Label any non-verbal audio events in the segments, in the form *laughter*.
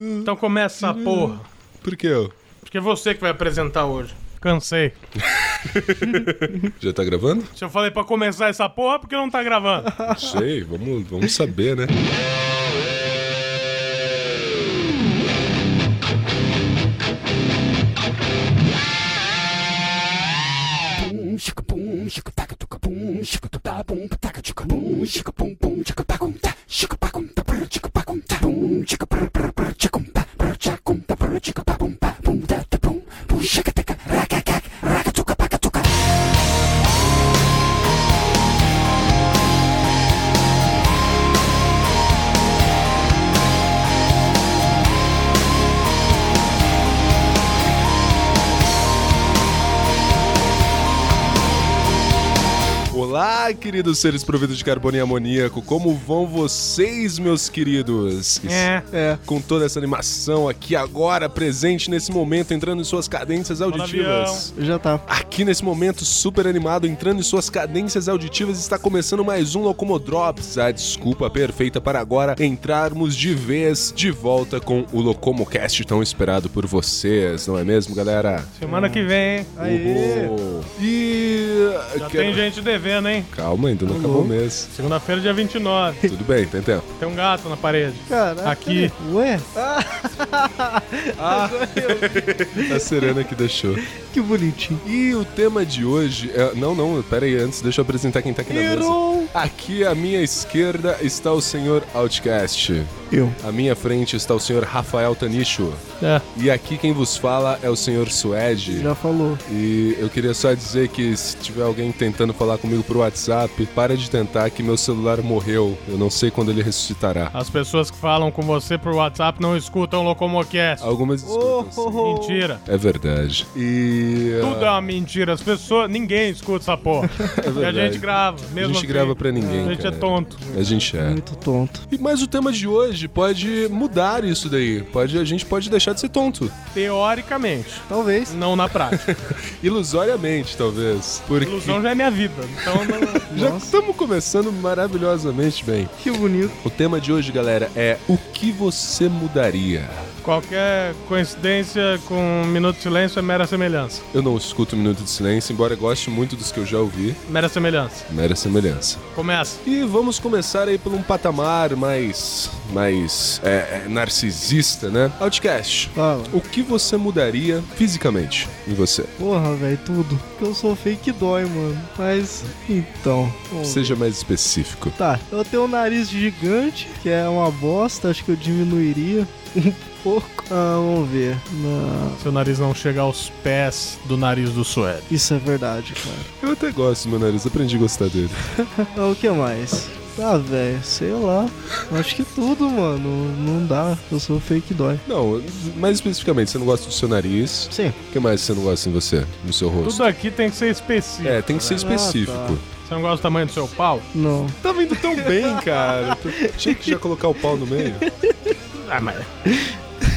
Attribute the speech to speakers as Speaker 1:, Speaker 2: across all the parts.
Speaker 1: Então começa essa porra.
Speaker 2: Por que eu?
Speaker 1: Porque é você que vai apresentar hoje. Cansei.
Speaker 2: Já tá gravando?
Speaker 1: Se eu falei pra começar essa porra, porque não tá gravando.
Speaker 2: Não sei, vamos, vamos saber, né?
Speaker 3: boom, shaka boom, shaka taka tuka boom, shaka tuka da boom, taka chuka boom, shaka boom boom, shaka bakum ta, shaka bakum ta, brr shaka bakum ta, boom, shaka brr brr brr chakum ta, brr chakum ta, brr shaka bakum ta, boom da da boom, boom shaka taka, raka kak, raka tuka baka tuka.
Speaker 2: Olá, queridos seres providos de carbono e amoníaco, como vão vocês, meus queridos?
Speaker 1: *laughs* É.
Speaker 2: É, com toda essa animação aqui agora, presente nesse momento, entrando em suas cadências auditivas.
Speaker 4: Já tá.
Speaker 2: Aqui nesse momento super animado, entrando em suas cadências auditivas, está começando mais um Locomodrops, a desculpa perfeita para agora entrarmos de vez de volta com o Locomocast tão esperado por vocês, não é mesmo, galera?
Speaker 1: Semana que vem, hein?
Speaker 4: Aê!
Speaker 2: Uhul. E.
Speaker 1: Já
Speaker 2: que-
Speaker 1: tem gente devendo, hein?
Speaker 2: Calma, ainda
Speaker 4: Tá
Speaker 2: não acabou o mês.
Speaker 1: Segunda-feira, dia 29.
Speaker 2: Tudo bem, tem tempo.
Speaker 1: Tem um gato na parede.
Speaker 4: Caraca.
Speaker 1: Aqui.
Speaker 4: Ué,
Speaker 2: A Serena que deixou.
Speaker 4: *laughs* que bonitinho.
Speaker 2: E o tema de hoje é. Não, não, pera aí, antes, deixa eu apresentar quem tá aqui na mesa.
Speaker 4: Errou!
Speaker 2: Aqui à minha esquerda está o senhor Outcast.
Speaker 4: Eu.
Speaker 2: À minha frente está o senhor Rafael Tanicho.
Speaker 1: É.
Speaker 2: E aqui quem vos fala é o senhor Suede.
Speaker 4: Já falou.
Speaker 2: E eu queria só dizer que se tiver alguém tentando falar comigo por WhatsApp, para de tentar que meu celular morreu. Eu não sei quando ele ressuscitará.
Speaker 1: As pessoas que falam com você por WhatsApp não escutam o Locomocast.
Speaker 2: Algumas
Speaker 4: Oh,
Speaker 2: escutam, sim.
Speaker 1: Mentira.
Speaker 2: É verdade. E. ah,
Speaker 1: Tudo é uma mentira. As pessoas. Ninguém escuta essa
Speaker 2: *laughs*
Speaker 1: porra. e a
Speaker 2: É verdade.
Speaker 1: gente grava. Mesmo
Speaker 2: a gente
Speaker 1: assim.
Speaker 2: grava pra ninguém.
Speaker 1: A gente
Speaker 2: cara.
Speaker 1: é tonto.
Speaker 2: A gente é.
Speaker 4: Muito tonto.
Speaker 2: E- Mas o tema de hoje pode mudar isso daí. Pode, a gente pode deixar de ser tonto.
Speaker 1: Teoricamente.
Speaker 4: Talvez.
Speaker 1: Não na prática.
Speaker 2: Ilusoriamente, talvez. Porque
Speaker 1: Ilusão já é minha vida. Então não.
Speaker 2: já estamos começando maravilhosamente bem.
Speaker 4: Que bonito.
Speaker 2: O tema de hoje, galera, é o que você mudaria?
Speaker 1: Qualquer coincidência com um minuto de silêncio é mera semelhança.
Speaker 2: Eu não escuto um Minuto de Silêncio, embora eu goste muito dos que eu já ouvi.
Speaker 1: Mera semelhança.
Speaker 2: Mera semelhança.
Speaker 1: Começa.
Speaker 2: E vamos começar aí por um patamar mais. mais. é, é, narcisista, né? Outcast.
Speaker 4: Fala.
Speaker 2: O que você mudaria fisicamente em você?
Speaker 4: Porra, velho, tudo. Porque eu sou feio que dói, mano. Mas, então. bom,
Speaker 2: Seja mais específico.
Speaker 4: Tá, eu tenho um nariz gigante, que é uma bosta, acho que eu diminuiria *laughs* um pouco. Ah, vamos ver. Não.
Speaker 1: Seu nariz não chega aos pés do nariz do Suede.
Speaker 4: Isso é verdade, cara.
Speaker 2: Eu até gosto do meu nariz, aprendi a gostar dele.
Speaker 4: Ah, O que mais? Tá, velho, sei lá. Acho que tudo, mano. Não dá. Eu sou feio que dói.
Speaker 2: Não, mais especificamente, você não gosta do seu nariz.
Speaker 4: Sim.
Speaker 2: O que mais você não gosta em você? No seu rosto?
Speaker 1: Tudo aqui tem que ser específico.
Speaker 2: É, tem que ser
Speaker 4: Ah, tá.
Speaker 2: específico.
Speaker 1: Você não gosta do tamanho do seu pau?
Speaker 4: Não.
Speaker 2: Tá vindo tão bem, cara. Tinha que já colocar o pau no meio.
Speaker 1: Ah, mas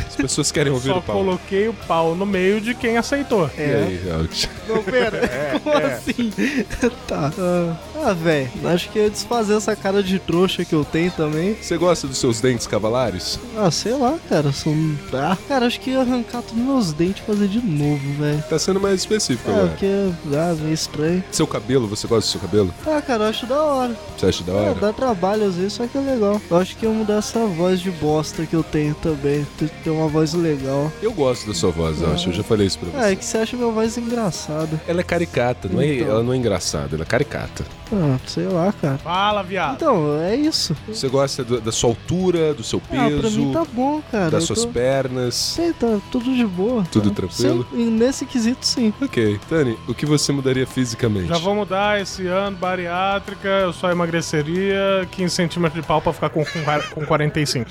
Speaker 2: As pessoas querem ouvir
Speaker 1: só
Speaker 2: o pau.
Speaker 1: coloquei o pau no meio de quem aceitou.
Speaker 2: E aí, Alt?
Speaker 4: É. Não, pera, como assim? *laughs* tá. Ah, ah velho, acho que ia desfazer essa cara de trouxa que eu tenho também.
Speaker 2: Você gosta dos seus dentes cavalares?
Speaker 4: Ah, sei lá, cara, são... Ah, cara, acho que ia arrancar todos os meus dentes e fazer de novo, velho.
Speaker 2: Tá sendo mais específico
Speaker 4: É,
Speaker 2: agora.
Speaker 4: porque ah, meio estranho.
Speaker 2: Seu cabelo, você gosta do seu cabelo?
Speaker 4: Ah, cara, eu acho da hora.
Speaker 2: Você acha da
Speaker 4: Ah,
Speaker 2: hora?
Speaker 4: dá trabalho às vezes, só que é legal. Eu acho que ia mudar essa voz de bosta que eu tenho também. Tem que ter uma voz legal.
Speaker 2: Eu gosto da sua voz, eu acho. Eu já falei isso pra
Speaker 4: Ah, é
Speaker 2: você.
Speaker 4: que você acha minha voz engraçada.
Speaker 2: Ela é caricata, não é,
Speaker 4: Então.
Speaker 2: ela não é engraçada, ela é caricata.
Speaker 4: Ah, sei lá, cara.
Speaker 1: Fala, viado.
Speaker 4: Então, é isso.
Speaker 2: Você gosta do- da sua altura, do seu
Speaker 4: Ah, pra
Speaker 2: peso,
Speaker 4: mim tá bom, cara.
Speaker 2: das
Speaker 4: Eu
Speaker 2: suas
Speaker 4: tô-
Speaker 2: pernas.
Speaker 4: Sei, tá tudo de boa.
Speaker 2: Tudo
Speaker 4: Tá.
Speaker 2: tranquilo?
Speaker 4: Sim, e nesse quesito sim.
Speaker 2: Ok, Tani, o que você mudaria fisicamente?
Speaker 1: Já vou mudar esse ano, bariátrica, eu só emagreceria 15 centímetros de pau pra ficar com, com, com *laughs* 45.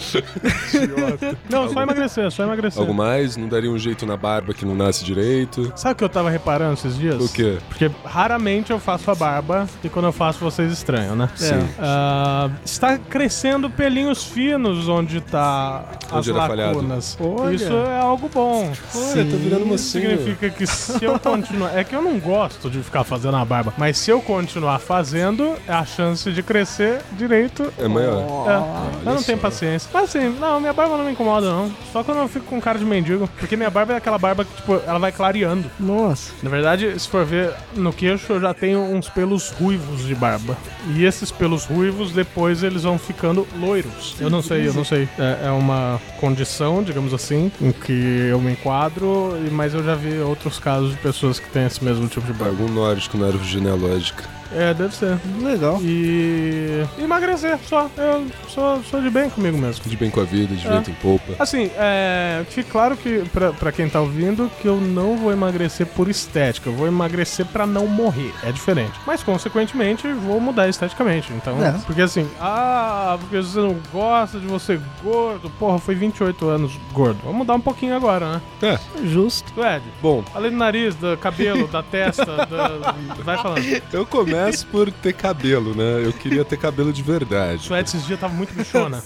Speaker 1: não, só emagrecer, só emagrecer.
Speaker 2: Algo mais? Não daria um jeito na barba que não nasce direito?
Speaker 1: Sabe o que eu tava reparando esses dias?
Speaker 2: O quê?
Speaker 1: Porque raramente eu faço a barba e quando eu faço vocês estranham, né?
Speaker 4: Sim.
Speaker 1: Ah, está crescendo pelinhos finos onde tá as
Speaker 2: Onde era falhado.
Speaker 1: lacunas.
Speaker 4: Olha.
Speaker 1: Isso é algo bom.
Speaker 2: Olha, tá virando uma
Speaker 1: Isso
Speaker 2: senha.
Speaker 1: significa que se eu continuar. É que eu não gosto de ficar fazendo a barba, mas se eu continuar fazendo, a chance de crescer direito
Speaker 2: É maior.
Speaker 1: é, eu não tenho paciência. Mas assim, não, minha barba não me incomoda, não. Só quando eu fico com cara de mendigo. Porque minha barba é aquela barba que, tipo, ela vai clareando.
Speaker 4: Nossa.
Speaker 1: Na verdade, se for ver no queixo, eu já tenho uns pelos ruivos de barba. E esses pelos ruivos, depois eles vão ficando loiros. Eu não sei, eu não sei. É, é uma condição, digamos assim, em que eu me enquadro, e- mas eu já vi outros casos de pessoas que têm esse mesmo tipo de barba.
Speaker 2: Algum nórdico na árvore genealógica.
Speaker 1: É, deve ser.
Speaker 4: Legal.
Speaker 1: E emagrecer só. Eu sou, sou de bem comigo mesmo.
Speaker 2: De bem com a vida, de
Speaker 1: É.
Speaker 4: Ah.
Speaker 2: vento em polpa.
Speaker 1: Assim, é, fique claro que, pra, pra quem tá ouvindo, que eu não vou emagrecer por estética. Eu vou emagrecer pra não morrer. É diferente. Mas, consequentemente, vou mudar esteticamente. Então,
Speaker 4: É.
Speaker 1: porque assim, ah, porque você não gosta de você gordo. Porra, foi 28 anos gordo. Vou mudar um pouquinho agora, né?
Speaker 2: É,
Speaker 4: Justo.
Speaker 1: Ed,
Speaker 2: bom,
Speaker 1: além do nariz, do cabelo, da testa, da- vai falando.
Speaker 2: eu começo por ter cabelo, né? Eu queria ter cabelo de
Speaker 1: O
Speaker 2: verdade.
Speaker 1: Suede esses dias tava muito bichona.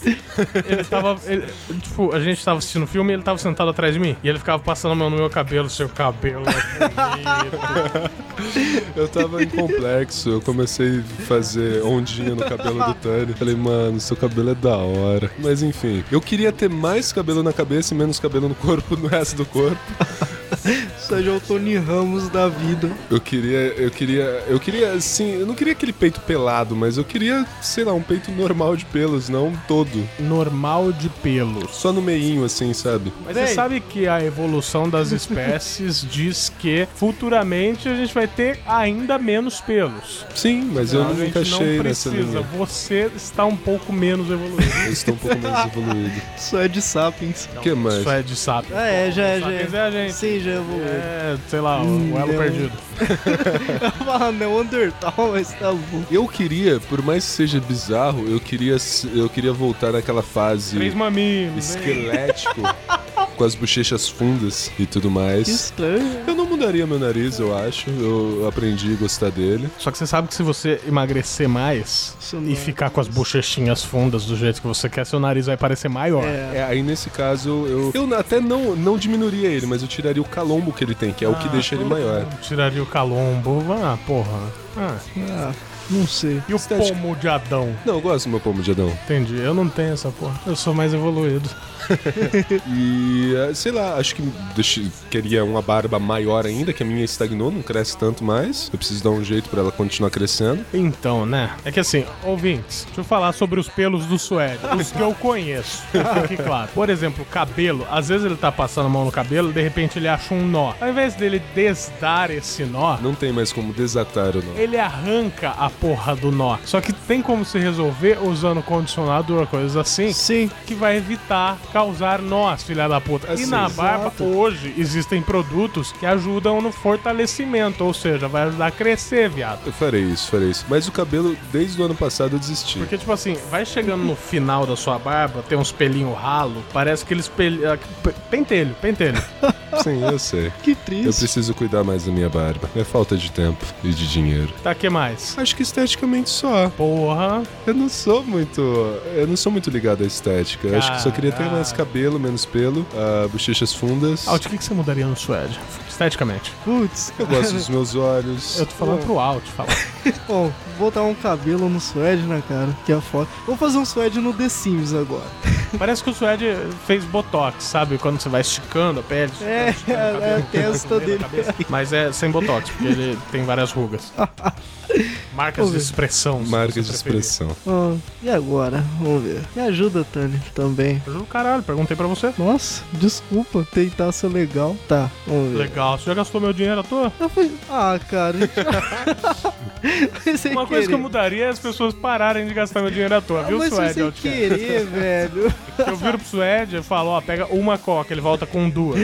Speaker 1: Ele tava. ele- tipo, a gente tava assistindo o filme e ele tava sentado atrás de mim. E ele ficava passando a mão no meu cabelo, seu cabelo. é bonito.
Speaker 2: Eu tava em complexo, eu comecei a fazer ondinha no cabelo do Tânio. Falei, mano, seu cabelo é da hora. Mas enfim, eu queria ter mais cabelo na cabeça e menos cabelo no corpo, *laughs* no resto do corpo.
Speaker 4: Seja o Tony Ramos da vida.
Speaker 2: Eu queria, eu queria, eu queria, assim, eu não queria aquele peito pelado, mas eu queria, sei lá, um peito normal de pelos, não todo.
Speaker 1: Normal de pelos.
Speaker 2: Só no meinho, assim, sabe?
Speaker 1: Mas você sabe que a evolução das
Speaker 2: *laughs*
Speaker 1: espécies diz que futuramente a gente vai ter ainda menos pelos.
Speaker 2: Sim, mas eu
Speaker 1: Ah, a
Speaker 2: não
Speaker 1: gente
Speaker 2: encaixei
Speaker 1: não
Speaker 2: nessa
Speaker 1: precisa.
Speaker 2: linha.
Speaker 1: Você está um pouco menos evoluído.
Speaker 2: Eu estou um pouco
Speaker 1: *laughs*
Speaker 2: menos evoluído.
Speaker 4: Isso é de Sapiens.
Speaker 2: O que mais?
Speaker 1: Isso é de sábio.
Speaker 4: Ah, é, já é, já
Speaker 1: Sapiens
Speaker 4: é.
Speaker 1: é a gente.
Speaker 4: Sim, já evoluiu.
Speaker 1: É, sei lá,
Speaker 2: Hum,
Speaker 1: o elo
Speaker 4: Não.
Speaker 1: perdido.
Speaker 4: Eu ia *laughs* falar Neandertal, mas tá bom.
Speaker 2: Eu queria, por mais que seja bizarro, eu queria, s- eu queria voltar naquela fase
Speaker 1: Três mamilos. hein?
Speaker 2: esquelético, com as bochechas fundas e tudo mais.
Speaker 4: Que estranho.
Speaker 2: Eu não mudaria meu nariz, eu acho. Eu aprendi a gostar dele.
Speaker 1: Só que você sabe que se você emagrecer mais
Speaker 4: Isso não
Speaker 1: e
Speaker 4: é.
Speaker 1: ficar com as bochechinhas fundas do jeito que você quer, seu nariz vai parecer maior.
Speaker 4: É.
Speaker 2: É, aí nesse caso eu, eu até não, não diminuiria ele, mas eu tiraria o calombo que ele tem, que é o que deixa ele maior.
Speaker 1: Tiraria o calombo. Ah, porra. Ah,
Speaker 4: Ah, não sei.
Speaker 1: e o
Speaker 2: Estética.
Speaker 1: pomo de Adão?
Speaker 2: Não, eu gosto do meu pomo de Adão.
Speaker 1: Entendi. Eu não tenho essa porra. Eu sou mais evoluído.
Speaker 2: E eh, sei lá, acho que deixe- queria uma barba maior ainda, que a minha estagnou, não cresce tanto mais. Eu preciso dar um jeito pra ela continuar crescendo.
Speaker 1: Então, né? É que assim, ouvintes, deixa eu falar sobre os pelos do suede. Os que eu conheço. Fique claro. Por exemplo, cabelo. Às vezes ele tá passando a mão no cabelo e de repente ele acha um nó. Ao invés dele desdar esse nó,
Speaker 2: Não tem mais como desatar o nó.
Speaker 1: ele arranca a porra do nó. Só que tem como se resolver usando condicionador, coisas assim,
Speaker 4: Sim.
Speaker 1: que vai evitar causar nós, filha da puta.
Speaker 2: Assim,
Speaker 1: e na
Speaker 2: exato.
Speaker 1: barba, hoje, existem produtos que ajudam no fortalecimento, ou seja, vai ajudar a crescer, viado.
Speaker 2: Eu farei isso, farei isso. Mas o cabelo, desde o ano passado, eu desisti.
Speaker 1: Porque, tipo assim, vai chegando no final da sua barba, tem uns pelinhos ralo, parece aqueles pelinhos. ah, Pentelho, pentelho.
Speaker 2: Sim, eu sei.
Speaker 4: Que
Speaker 2: Eu
Speaker 4: triste.
Speaker 2: preciso cuidar mais da minha barba. É falta de tempo e de dinheiro.
Speaker 1: Tá, que mais?
Speaker 2: Acho que esteticamente só.
Speaker 1: Porra.
Speaker 2: Eu não sou muito. Eu não sou muito ligado à estética. Eu Acho que só queria ter mais cabelo, menos pelo, ah, bochechas fundas.
Speaker 1: Alt, Ah, o que que você mudaria no suede? Esteticamente.
Speaker 4: Putz.
Speaker 2: Eu gosto dos meus olhos.
Speaker 1: Eu tô falando pro Alt falar.
Speaker 4: Bom, vou dar um cabelo no suede, né, cara? Que é foda. Vou fazer um suede no The Sims agora.
Speaker 1: Parece que o Suede fez botox, sabe? Quando você vai esticando a pele.
Speaker 4: É, é a testa dele.
Speaker 1: Mas é sem botox, porque ele tem várias
Speaker 4: *laughs*
Speaker 1: rugas. Marcas de expressão. se
Speaker 2: Marcas de
Speaker 1: você preferir.
Speaker 2: expressão.
Speaker 4: Ó, e agora? Vamos ver. Me ajuda, Tânia, também.
Speaker 1: Eu juro, Caralho, perguntei pra você.
Speaker 4: Nossa, desculpa tentar ser legal. Tá, vamos ver.
Speaker 1: Legal, você já gastou meu dinheiro à toa?
Speaker 4: Eu fui- Ah,
Speaker 1: *laughs*
Speaker 4: cara. *laughs* Foi sem
Speaker 1: Uma coisa que eu
Speaker 4: querer.
Speaker 1: mudaria é as pessoas pararem de gastar meu dinheiro à toa,
Speaker 4: Ah,
Speaker 1: viu,
Speaker 4: Mas foi
Speaker 1: Suede?
Speaker 4: sem
Speaker 1: Eu, te- *laughs*
Speaker 4: querer, velho. *laughs*
Speaker 1: eu viro pro Suede e falo, ó, pega uma coca, ele volta com duas.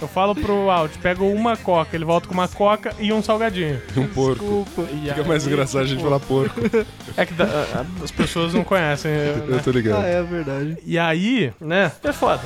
Speaker 1: Eu falo pro Audi, pega uma coca, ele volta com uma coca e um salgadinho.
Speaker 2: Um porco.
Speaker 4: Desculpa.
Speaker 1: E
Speaker 2: Fica
Speaker 1: aí,
Speaker 2: mais engraçado a gente falar porco.
Speaker 1: É que da- as pessoas não conhecem. né?
Speaker 2: Eu tô
Speaker 4: Ah,
Speaker 2: ligado.
Speaker 4: é verdade.
Speaker 1: E aí, né? É foda.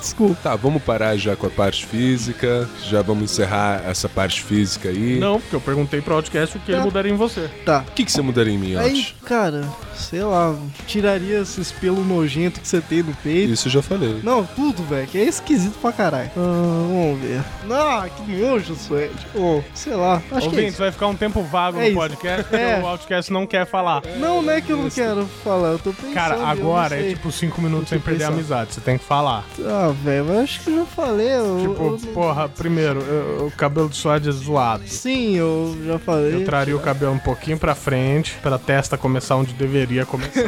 Speaker 4: Desculpa.
Speaker 2: Tá, vamos parar já com a parte física. Já vamos encerrar essa parte física aí.
Speaker 1: Não, porque eu perguntei pro Outcast o que ele
Speaker 4: Tá.
Speaker 1: mudaria em você.
Speaker 4: Tá.
Speaker 2: O que, que você mudaria em mim,
Speaker 4: Aí,
Speaker 2: Ott?
Speaker 4: cara, sei lá, tiraria esses pelo nojento que você tem no peito.
Speaker 2: Isso eu já falei.
Speaker 4: Não, tudo, velho, que é esquisito pra caralho. Ah, vamos ver. Ah, que nojo, Suede. Ou, sei lá, acho que é
Speaker 1: Ouvinte,
Speaker 4: isso.
Speaker 1: vai ficar um tempo vago
Speaker 4: É
Speaker 1: no
Speaker 4: isso.
Speaker 1: podcast, porque
Speaker 4: É.
Speaker 1: o Outcast não quer falar.
Speaker 4: Não, não é que eu não quero falar, eu tô pensando. eu
Speaker 1: Cara,
Speaker 4: não
Speaker 1: agora é
Speaker 4: sei.
Speaker 1: tipo 5 minutos
Speaker 4: Eu
Speaker 1: sem
Speaker 4: tô
Speaker 1: perder a
Speaker 4: pensando.
Speaker 1: amizade, você tem que falar.
Speaker 4: Ah, velho, mas acho que eu já falei. Eu, eu
Speaker 1: Tipo,
Speaker 4: não-
Speaker 1: porra, primeiro, eu- o cabelo do Suad é zoado.
Speaker 4: Sim, eu já falei.
Speaker 1: Eu traria o cabelo um pouquinho pra frente, pra testa começar onde deveria
Speaker 4: *laughs*
Speaker 1: começar.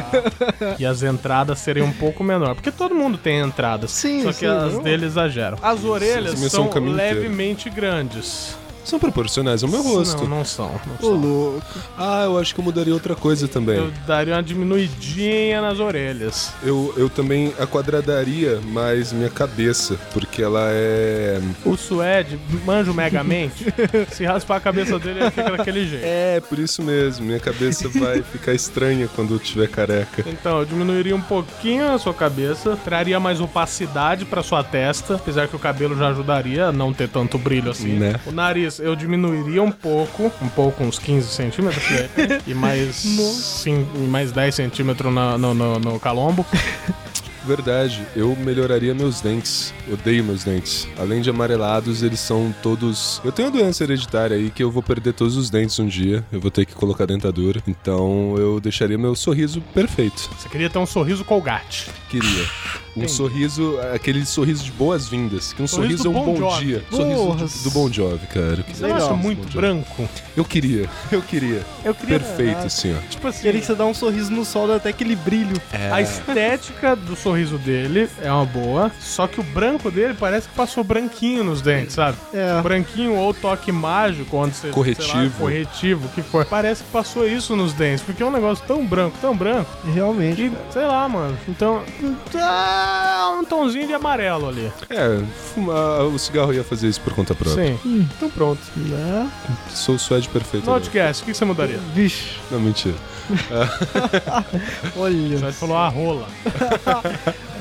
Speaker 1: e as entradas seriam um pouco menor, porque todo mundo tem entradas.
Speaker 4: Sim,
Speaker 1: só que
Speaker 4: sim,
Speaker 1: as
Speaker 4: eu-
Speaker 1: dele exageram. As orelhas
Speaker 2: minhas são
Speaker 1: são
Speaker 2: o caminho inteiro.
Speaker 1: levemente grandes.
Speaker 2: São proporcionais ao meu rosto.
Speaker 1: Não, não são. não
Speaker 4: Ô,
Speaker 1: são.
Speaker 4: louco.
Speaker 2: Ah, eu acho que eu mudaria outra coisa também.
Speaker 1: Eu daria uma diminuidinha nas orelhas.
Speaker 2: Eu, eu também a quadradaria mais minha cabeça, porque ela é.
Speaker 1: O Suede, manjo megamente, se raspar a cabeça dele, ele fica daquele jeito.
Speaker 2: É, por isso mesmo. Minha cabeça vai ficar estranha quando eu tiver careca.
Speaker 1: Então, eu diminuiria um pouquinho a sua cabeça, traria mais opacidade pra sua testa, apesar que o cabelo já ajudaria a não ter tanto brilho assim.
Speaker 2: Né?
Speaker 1: O nariz eu diminuiria um pouco, um pouco, uns 15 centímetros, né? e mais, sim, e mais 10 centímetros na- no, no, no calombo.
Speaker 2: Verdade, eu melhoraria meus dentes. Odeio meus dentes. Além de amarelados, eles são todos. Eu tenho uma doença hereditária aí que eu vou perder todos os dentes um dia. Eu vou ter que colocar dentadura. Então eu deixaria meu sorriso perfeito.
Speaker 1: Você queria ter um sorriso colgate.
Speaker 2: Queria. Um sorriso, aquele sorriso de boas-vindas. Que um
Speaker 1: Sorriso
Speaker 2: sorriso,
Speaker 1: do
Speaker 2: é um
Speaker 1: Bon
Speaker 2: bom
Speaker 1: Jovi.
Speaker 2: dia.
Speaker 4: Porra.
Speaker 2: Sorriso do, do Bon Jovi, cara.
Speaker 1: Você não acha
Speaker 4: Legal.
Speaker 1: muito
Speaker 2: Bom dia.
Speaker 1: branco?
Speaker 2: Eu queria, eu queria.
Speaker 1: Eu queria...
Speaker 2: Perfeito, assim, ó.
Speaker 1: Tipo assim...
Speaker 4: Queria que você dá um sorriso no sol, dá até aquele brilho.
Speaker 2: É.
Speaker 1: A estética do sorriso dele é uma boa, só que o branco dele parece que passou branquinho nos dentes, sabe?
Speaker 4: É.
Speaker 1: branquinho ou toque mágico, onde você.
Speaker 2: Corretivo.
Speaker 1: sei lá, corretivo, que for. Parece que passou isso nos dentes, porque é um negócio tão branco, tão branco,
Speaker 4: Realmente.
Speaker 1: que, sei lá, mano. Então. tá um tonzinho de amarelo ali.
Speaker 2: É, fumar, o cigarro ia fazer isso por conta própria.
Speaker 1: Sim. Então pronto.
Speaker 4: Né?
Speaker 2: Sou o suede perfeito. né?
Speaker 1: Notcast, o que que você mudaria?
Speaker 4: Vixe,
Speaker 2: Não, mentira.
Speaker 1: Você
Speaker 4: olha.
Speaker 1: falou a rola.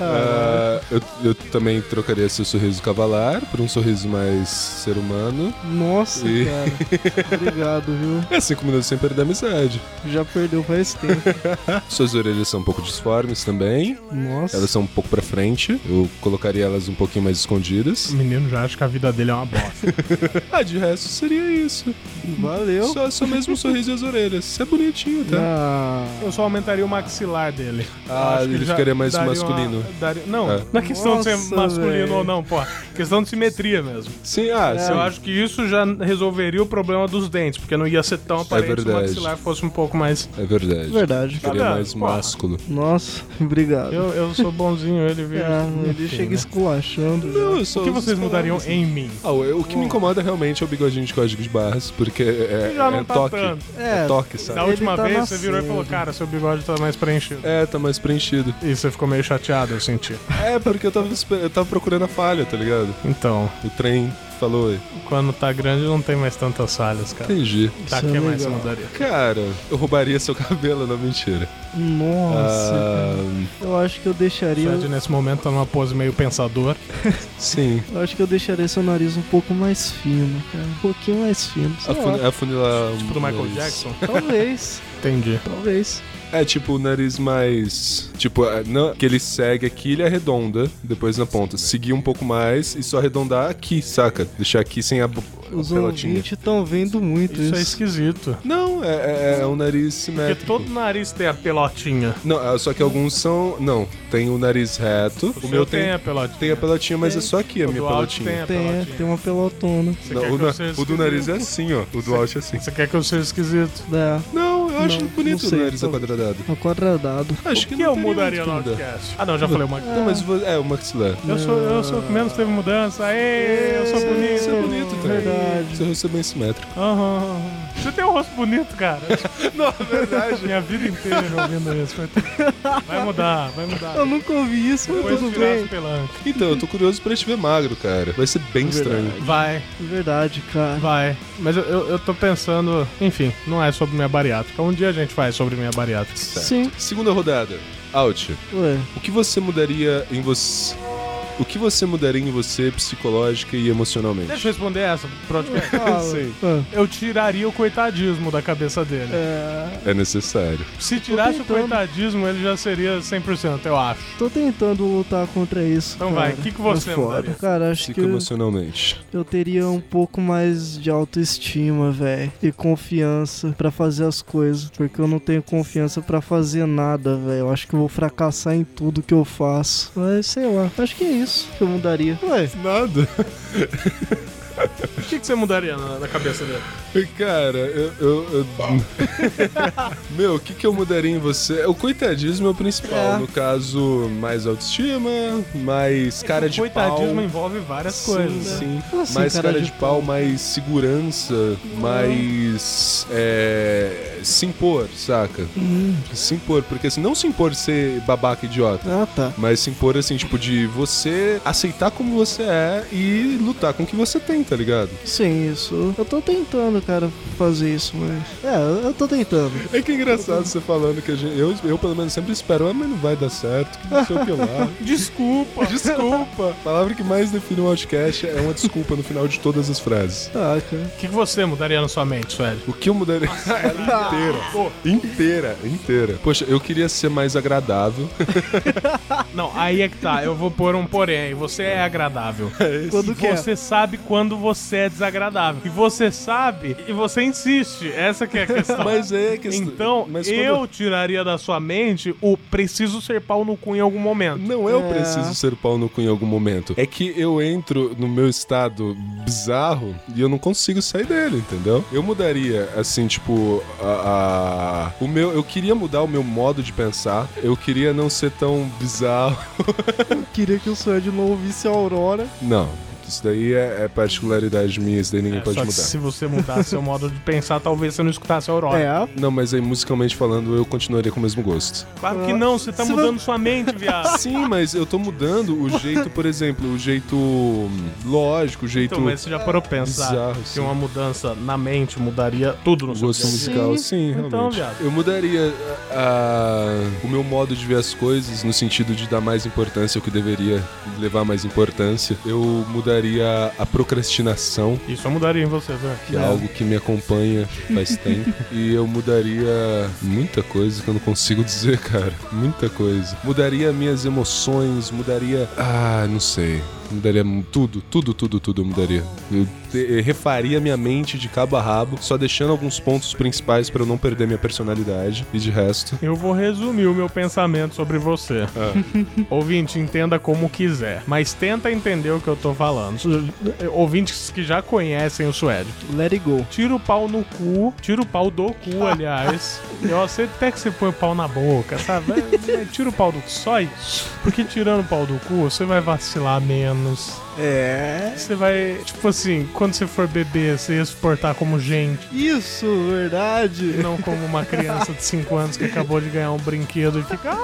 Speaker 2: Ah, eu, eu também trocaria seu sorriso cavalar por um sorriso mais ser humano.
Speaker 4: Nossa,
Speaker 2: E-
Speaker 4: cara. Obrigado, viu?
Speaker 2: É cinco minutos sem perder a amizade.
Speaker 4: Já perdeu faz tempo.
Speaker 2: Suas orelhas são um pouco disformes também.
Speaker 4: Nossa.
Speaker 2: Elas são um pouco pra frente. Eu colocaria elas um pouquinho mais escondidas.
Speaker 1: O menino já acha que a vida dele é uma bosta.
Speaker 2: Ah, de resto seria isso.
Speaker 4: Valeu.
Speaker 2: Só, só mesmo o sorriso e as orelhas. Isso é bonitinho, tá?
Speaker 4: Ah,
Speaker 1: Eu só aumentaria o maxilar dele.
Speaker 2: Ah,
Speaker 1: Acho que
Speaker 2: ele
Speaker 1: já
Speaker 2: ficaria mais
Speaker 1: daria uma-
Speaker 2: masculino.
Speaker 1: daria- Não,
Speaker 2: É.
Speaker 1: não é questão de ser
Speaker 4: Nossa,
Speaker 1: masculino
Speaker 4: velho.
Speaker 1: ou não, pô. Questão de simetria mesmo.
Speaker 2: Sim, ah,
Speaker 1: Sim,
Speaker 2: sim.
Speaker 1: É. Eu acho que isso já resolveria o problema dos dentes, porque não ia ser tão aparente se o
Speaker 2: É verdade.
Speaker 1: maxilar fosse um pouco mais.
Speaker 2: É verdade.
Speaker 4: verdade.
Speaker 2: Ficaria
Speaker 1: Cara,
Speaker 2: mais
Speaker 1: porra.
Speaker 2: másculo.
Speaker 4: Nossa, obrigado.
Speaker 1: Eu, eu sou bonzinho, É, ele *laughs* viu.
Speaker 4: Ah, ele
Speaker 1: né?
Speaker 4: chega esculachando.
Speaker 2: Não, eu
Speaker 1: O
Speaker 2: sou-
Speaker 1: que vocês mudariam em mim?
Speaker 2: Ah, o o que me incomoda realmente é o bigodinho de código de barras, porque é,
Speaker 1: Já não
Speaker 2: é
Speaker 1: tá
Speaker 2: toque.
Speaker 1: tanto. um
Speaker 2: É,
Speaker 4: É.
Speaker 2: toque, sabe?
Speaker 1: Da
Speaker 4: Ele
Speaker 1: última
Speaker 4: tá
Speaker 1: vez,
Speaker 4: na
Speaker 1: você virou e falou,
Speaker 4: sede.
Speaker 1: cara, seu bigode tá mais preenchido.
Speaker 2: É, tá mais preenchido.
Speaker 1: E você ficou meio chateado, eu senti.
Speaker 2: É, porque eu tava, esper- eu tava procurando a falha, tá ligado?
Speaker 1: Então,
Speaker 2: O trem falou, "Ei,
Speaker 1: quando tá grande não tem mais tantas falhas, cara.
Speaker 2: entendi.
Speaker 1: Tá, o
Speaker 4: Isso é
Speaker 1: que mais você
Speaker 4: legal.
Speaker 1: mudaria?
Speaker 2: Cara, eu roubaria seu *laughs* cabelo, não mentira.
Speaker 4: Nossa,
Speaker 2: Ah,
Speaker 4: cara. eu acho que eu deixaria.
Speaker 1: Fred, nesse momento, tá numa pose meio pensador.
Speaker 2: sim.
Speaker 4: Eu acho que eu deixaria seu nariz um pouco mais fino, cara. Um pouquinho
Speaker 2: *laughs*
Speaker 4: mais fino. sei lá.
Speaker 2: Afun afunilar.
Speaker 1: Tipo
Speaker 2: o
Speaker 1: do Michael
Speaker 2: nariz.
Speaker 1: Jackson.
Speaker 4: Talvez,
Speaker 1: Entendi.
Speaker 4: talvez.
Speaker 2: É, tipo, o nariz mais. Tipo, ah, não, que ele segue aqui, ele arredonda, depois na ponta. Seguir um pouco mais e só arredondar aqui, saca? Deixar aqui sem a, bo- a
Speaker 4: Os
Speaker 2: pelotinha.
Speaker 4: ouvintes estão vendo muito isso.
Speaker 1: Isso é esquisito.
Speaker 2: Não, é, é, é um nariz
Speaker 1: Porque
Speaker 2: simétrico.
Speaker 1: todo nariz tem a pelotinha.
Speaker 2: Não, é, só que alguns são. Não, tem o nariz reto. O,
Speaker 1: seu
Speaker 2: meu tem,
Speaker 1: a pelotinha.
Speaker 2: tem a pelotinha, mas é só aqui a
Speaker 1: O
Speaker 2: minha
Speaker 1: do Alt
Speaker 2: pelotinha.
Speaker 1: tem a
Speaker 2: um-
Speaker 4: Tem, é,
Speaker 1: pelotinha.
Speaker 4: tem uma pelotona.
Speaker 1: Você
Speaker 2: Não,
Speaker 1: quer
Speaker 2: o,
Speaker 1: que eu
Speaker 2: na-
Speaker 1: seja
Speaker 2: o do
Speaker 1: esquisito?
Speaker 2: nariz é assim, ó. O do Alt é assim.
Speaker 1: Você quer que eu seja esquisito?
Speaker 4: É,
Speaker 2: Não, eu acho
Speaker 4: Não,
Speaker 2: bonito
Speaker 4: não sei,
Speaker 2: o nariz
Speaker 4: tô-
Speaker 2: quadradado.
Speaker 4: um quadradado.
Speaker 2: Acho
Speaker 1: O
Speaker 2: que,
Speaker 1: que
Speaker 2: não
Speaker 1: eu
Speaker 2: teria
Speaker 1: mudaria
Speaker 2: muito
Speaker 1: no
Speaker 2: que mudar.
Speaker 1: podcast? Ah, não, já falei uma
Speaker 2: Não, mas vo- é, o maxilar.
Speaker 1: Eu sou, eu sou o que menos teve mudança. Aê, eu sou bonito.
Speaker 2: Isso é bonito, cara.
Speaker 4: Verdade.
Speaker 2: Você é bem simétrico.
Speaker 1: Aham. Você tem um rosto bonito, cara.
Speaker 2: *laughs* Não, é verdade.
Speaker 1: Minha vida inteira eu ouvindo isso. coitado. Vai mudar, vai mudar.
Speaker 4: Eu nunca ouvi isso, mas
Speaker 1: Depois
Speaker 4: tudo
Speaker 1: tirar as
Speaker 4: bem.
Speaker 1: pelancas.
Speaker 2: Então, eu tô curioso pra te ver magro, cara. Vai ser bem estranho.
Speaker 1: Vai,
Speaker 4: Verdade, cara.
Speaker 1: vai. Mas eu, eu, eu tô pensando, enfim, não é sobre minha bariátrica. Um dia a gente faz sobre minha bariátrica.
Speaker 4: Sim.
Speaker 2: Segunda rodada. Out.
Speaker 1: *laughs*
Speaker 4: Ué.
Speaker 2: O que você mudaria em você... O que você mudaria em você psicológica e emocionalmente?
Speaker 1: Deixa eu responder essa, podcast.
Speaker 4: Fala.
Speaker 2: Sim.
Speaker 4: Ah,
Speaker 1: Eu tiraria o coitadismo da cabeça dele.
Speaker 4: é,
Speaker 2: É necessário.
Speaker 1: Se tirasse o
Speaker 4: tentando.
Speaker 1: coitadismo, ele já seria 100%, eu acho.
Speaker 4: tô tentando lutar contra isso.
Speaker 1: Então
Speaker 4: cara.
Speaker 1: vai, o que, que você
Speaker 4: Mas foda.
Speaker 1: mudaria?
Speaker 4: Cara, acho que eu,
Speaker 2: Psicoemocionalmente.
Speaker 4: eu teria um pouco mais de autoestima, velho. E confiança pra fazer as coisas. Porque eu não tenho confiança pra fazer nada, velho. Eu acho que eu vou fracassar em tudo que eu faço. Mas sei lá. Acho que é isso que eu mudaria. Ué,
Speaker 2: Nada.
Speaker 1: O que, que você mudaria na, na cabeça dele?
Speaker 2: Cara, eu. eu- *laughs* eu- Meu, o que, que eu mudaria em você? O coitadismo é o principal.
Speaker 4: É.
Speaker 2: No caso, mais autoestima,
Speaker 4: É
Speaker 2: mais cara de
Speaker 1: coitadismo
Speaker 2: pau.
Speaker 1: envolve várias
Speaker 2: Sim,
Speaker 1: coisas. né?
Speaker 2: Sim,
Speaker 4: Assim,
Speaker 2: mais
Speaker 4: cara
Speaker 2: cara,
Speaker 4: de
Speaker 2: de, pau, mais segurança, mais. é, se impor, saca?
Speaker 1: Uhum.
Speaker 2: Se impor, porque assim, não se impor ser babaca idiota.
Speaker 4: ah tá.
Speaker 2: Mas se impor assim, tipo, de você aceitar como você é e lutar com o que você tem, tá ligado?
Speaker 4: Sim, isso. Eu tô tentando, cara, fazer isso, mas. É, eu- eu tô tentando.
Speaker 2: É que é engraçado você falando que a gente. Eu, eu pelo menos sempre espero, ah, mas não vai dar certo, que não sei o que *laughs* lá.
Speaker 1: *laughs* Desculpa.
Speaker 2: Desculpa! A palavra que mais define um outcast é uma desculpa no final de todas as frases.
Speaker 4: Ah, cara.
Speaker 1: O que, que você mudaria na sua mente, Sueli?
Speaker 2: O que eu mudaria?
Speaker 1: Pô,
Speaker 2: inteira, inteira, inteira. Poxa, eu queria ser mais
Speaker 1: *laughs*
Speaker 2: agradável.
Speaker 1: não, aí é que tá. Eu vou pôr um porém. Você é agradável.
Speaker 4: Quando
Speaker 1: E
Speaker 4: que é?
Speaker 1: você sabe quando você é desagradável. E você sabe e você insiste. Essa
Speaker 2: *laughs*
Speaker 1: que é a questão.
Speaker 2: Mas é que
Speaker 1: então,
Speaker 2: mas quando-
Speaker 1: eu tiraria da sua mente o preciso ser pau no cu em algum momento.
Speaker 2: Não é eu
Speaker 4: É.
Speaker 2: preciso ser pau no cu em algum momento. É que eu entro no meu estado bizarro e eu não consigo sair dele, entendeu? Eu mudaria, assim, tipo, a, a- o meu. Eu queria mudar o meu modo de pensar. Eu queria não ser tão bizarro. *laughs*
Speaker 4: Queria que o Suede não ouvisse a Aurora.
Speaker 2: Não. Isso daí é, é particularidade minha, isso daí ninguém
Speaker 1: É,
Speaker 2: pode
Speaker 1: só que
Speaker 2: mudar.
Speaker 1: se você mudasse seu modo de pensar, talvez você não escutasse a Aurora.
Speaker 4: É,
Speaker 2: Não, mas aí musicalmente falando, eu continuaria com o mesmo gosto.
Speaker 1: Claro que não, você tá
Speaker 4: Se
Speaker 1: mudando sua mente,
Speaker 2: *laughs*
Speaker 1: viado.
Speaker 2: Sim, mas eu tô mudando o jeito, por exemplo, o jeito hum, lógico, o jeito
Speaker 1: Então, mas você já parou pensar
Speaker 2: bizarro,
Speaker 1: que
Speaker 2: sim.
Speaker 1: uma mudança na mente mudaria tudo no
Speaker 2: O
Speaker 1: seu
Speaker 2: gosto
Speaker 1: dia a dia?
Speaker 2: musical, sim,
Speaker 1: Então,
Speaker 2: realmente.
Speaker 1: viado.
Speaker 2: Eu mudaria ah, o meu modo de ver as coisas no sentido de dar mais importância ao que deveria levar mais importância. Eu mudaria a procrastinação,
Speaker 1: Isso eu mudaria em você, velho.
Speaker 2: que é algo que me acompanha faz tempo. E eu mudaria muita coisa que eu não consigo dizer, cara. Muita coisa. Mudaria minhas emoções, mudaria. Ah, não sei. Mudaria tudo, tudo, tudo, tudo eu mudaria. Eu te- refaria minha mente de cabo a rabo, só deixando alguns pontos principais pra eu não perder minha personalidade. E de resto.
Speaker 1: Eu vou resumir o meu pensamento sobre você. *laughs* Ouvinte, entenda como quiser, mas tenta entender o que eu tô falando. Ouvintes que já conhecem o Suede.
Speaker 4: É, let it go.
Speaker 1: Tira o pau no cu, tira o pau do cu, aliás. Eu aceito até que você põe o pau na boca, sabe? É, é, Tira o pau do cu, só isso. Porque tirando o pau do cu, você vai vacilar menos.
Speaker 4: É.
Speaker 1: Você vai, tipo assim, quando você for beber, você ia se portar como gente.
Speaker 4: Isso,
Speaker 1: E
Speaker 4: *laughs* verdade.
Speaker 1: não como uma criança de 5 anos que acabou de ganhar um brinquedo e fica.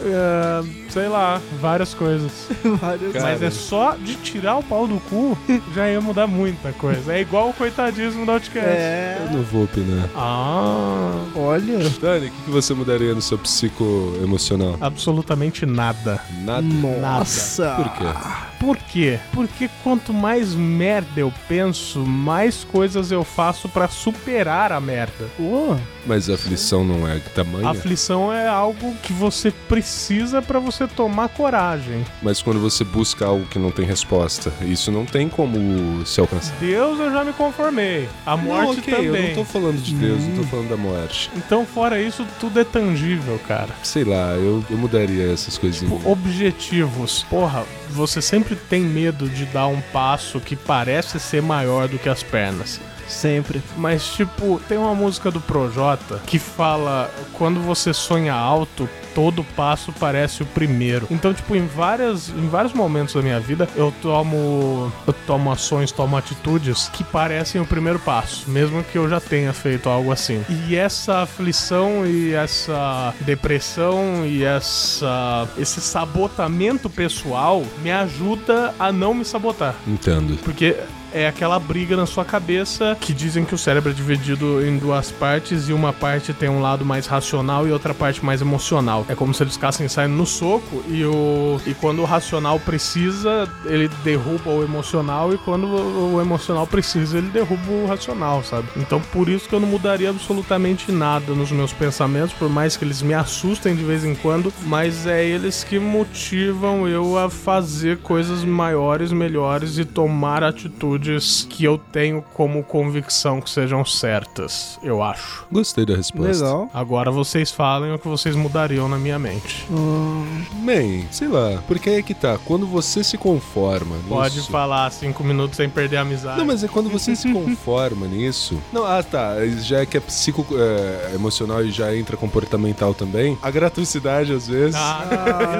Speaker 1: É, sei lá, várias coisas.
Speaker 4: Várias
Speaker 2: Cara,
Speaker 1: Mas é só de tirar o pau do cu já ia mudar muita coisa. É igual o coitadismo da Outcast.
Speaker 2: Eu
Speaker 4: É.
Speaker 2: não vou opinar.
Speaker 1: Ah,
Speaker 4: Olha.
Speaker 2: Dani, o que, que você mudaria no seu psicoemocional?
Speaker 1: absolutamente nada.
Speaker 2: Nada.
Speaker 4: Hum. Nossa.
Speaker 2: Por quê?
Speaker 1: Por quê? Porque quanto mais merda eu penso, mais coisas eu faço pra superar a merda.
Speaker 4: Pô,
Speaker 2: Mas a aflição não é tamanha.
Speaker 1: Aflição é algo que você precisa pra você tomar coragem.
Speaker 2: Mas quando você busca algo que não tem resposta, isso não tem como se alcançar.
Speaker 1: Deus, eu já me conformei. A morte também.
Speaker 2: eu não tô falando de Deus, eu tô falando da morte.
Speaker 1: Então, fora isso, tudo é tangível, cara.
Speaker 2: Sei lá, eu, eu mudaria essas coisinhas.
Speaker 1: Tipo, objetivos. Porra, você sempre tem medo de dar um passo que parece ser maior do que as pernas.
Speaker 4: sempre.
Speaker 1: Mas, tipo, tem uma música do Projota que fala: quando você sonha alto, todo passo parece o primeiro. Então, tipo, em várias em vários momentos da minha vida, eu tomo eu tomo ações, tomo atitudes que parecem o primeiro passo, mesmo que eu já tenha feito algo assim. E essa aflição e essa depressão e essa esse sabotamento pessoal me ajuda a não me sabotar.
Speaker 2: Entendo.
Speaker 1: Porque é aquela briga na sua cabeça que dizem que o cérebro é dividido em duas partes e uma parte tem um lado mais racional e outra parte mais emocional. É como se eles ficassem saindo no soco e o e quando o racional precisa, ele derruba o emocional e quando o o emocional precisa, ele derruba o racional, sabe? Então por isso que eu não mudaria absolutamente nada nos meus pensamentos, por mais que eles me assustem de vez em quando, mas é eles que motivam eu a fazer coisas maiores, melhores e tomar atitudes que eu tenho como convicção que sejam certas, eu acho.
Speaker 2: Gostei da resposta.
Speaker 4: Legal.
Speaker 1: Agora vocês falem o que vocês mudariam na minha mente.
Speaker 4: Ah,
Speaker 2: Bem, sei lá, porque aí que tá, quando você se conforma
Speaker 1: Pode
Speaker 2: nisso-
Speaker 1: falar cinco minutos sem perder a amizade.
Speaker 2: Não, mas é quando você
Speaker 1: *laughs*
Speaker 2: se conforma nisso. Não, ah tá, isso já é que é psico é, emocional e já entra comportamental também. A gratuidade às vezes.
Speaker 1: Ah,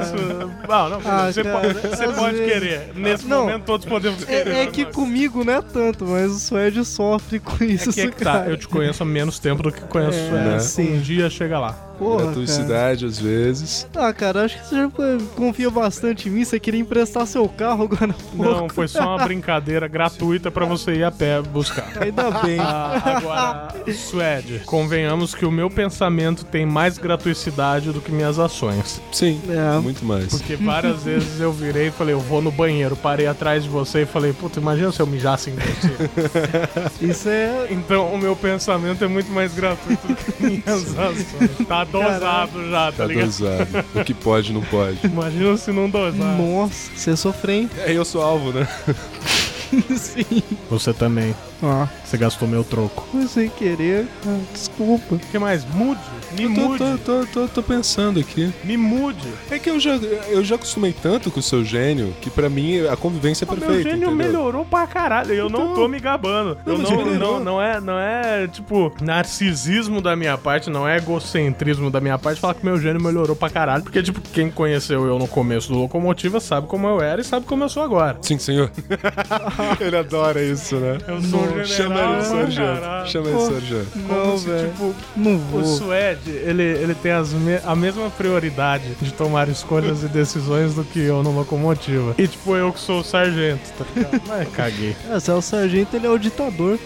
Speaker 1: isso. Não, não,
Speaker 4: Ah,
Speaker 1: você
Speaker 4: cara,
Speaker 1: pode, você
Speaker 4: às
Speaker 1: pode
Speaker 4: vezes-
Speaker 1: querer. Nesse
Speaker 4: Não.
Speaker 1: momento todos podemos querer.
Speaker 4: é, é que
Speaker 1: mas-
Speaker 4: comigo não é tanto, mas o Suede sofre com
Speaker 1: É
Speaker 4: isso,
Speaker 1: que é que tá,
Speaker 4: cara.
Speaker 1: eu te conheço há menos tempo do que conheço.
Speaker 4: É,
Speaker 1: ela.
Speaker 4: sim.
Speaker 1: Um dia chega lá.
Speaker 4: Porra, cara.
Speaker 2: gratuidade às vezes.
Speaker 4: Ah, cara, acho que você já confia bastante em mim. Você queria emprestar seu carro agora há pouco.
Speaker 1: Não, foi só *laughs* uma brincadeira gratuita pra você ir a pé buscar.
Speaker 4: Ainda bem.
Speaker 1: Ah, agora, *laughs* Suede, convenhamos que o meu pensamento tem mais gratuicidade do que minhas ações.
Speaker 2: Sim,
Speaker 4: É.
Speaker 2: muito mais.
Speaker 1: Porque várias vezes eu virei e falei, eu vou no banheiro, parei atrás de você e falei, puta, imagina se eu mijasse em *laughs* você.
Speaker 4: Isso é.
Speaker 1: Então o meu pensamento é muito mais gratuito do que minhas ações. Tá dosado já, tá
Speaker 2: Tá
Speaker 1: ligado?
Speaker 2: dosado. o que pode, não pode.
Speaker 1: Imagina se não dosar.
Speaker 4: Nossa, você sofreu,
Speaker 1: *laughs*
Speaker 4: hein?
Speaker 2: *laughs* É, eu sou alvo, né?
Speaker 4: Sim.
Speaker 1: Você também.
Speaker 4: Ah,
Speaker 1: Você gastou meu troco.
Speaker 4: foi sem querer. Ah, desculpa.
Speaker 1: O que mais? Mude. Me
Speaker 2: Tô,
Speaker 1: mude.
Speaker 2: tô, tô, tô, tô pensando aqui.
Speaker 1: Me mude.
Speaker 2: É que eu já, eu já acostumei tanto com o seu gênio que pra mim a convivência é
Speaker 1: O
Speaker 2: perfeita.
Speaker 1: meu gênio
Speaker 2: entendeu?
Speaker 1: melhorou pra caralho. Eu não
Speaker 2: Então-
Speaker 1: tô me gabando.
Speaker 2: Não,
Speaker 1: eu
Speaker 2: mas
Speaker 1: não,
Speaker 2: melhorou.
Speaker 1: não, não, é, não é, tipo, narcisismo da minha parte, não é egocentrismo da minha parte falar que meu gênio melhorou pra caralho. Porque, tipo, quem conheceu eu no começo do Locomotiva sabe como eu era e sabe como eu sou agora.
Speaker 2: Sim, *laughs* senhor. Ele adora isso, né?
Speaker 1: Eu sou um general,
Speaker 2: Chama ele de Sargento.
Speaker 1: caralho.
Speaker 2: Chama ele de
Speaker 4: Pô.
Speaker 2: Sargento.
Speaker 4: não,
Speaker 1: se,
Speaker 4: velho.
Speaker 1: tipo,
Speaker 4: não
Speaker 1: O
Speaker 4: vou.
Speaker 1: Suede, ele, ele tem as me- a mesma prioridade de tomar escolhas e decisões do que eu no Locomotiva. E, tipo, eu que sou o sargento, tá ligado? Mas caguei.
Speaker 4: É, se é o sargento, ele é o ditador.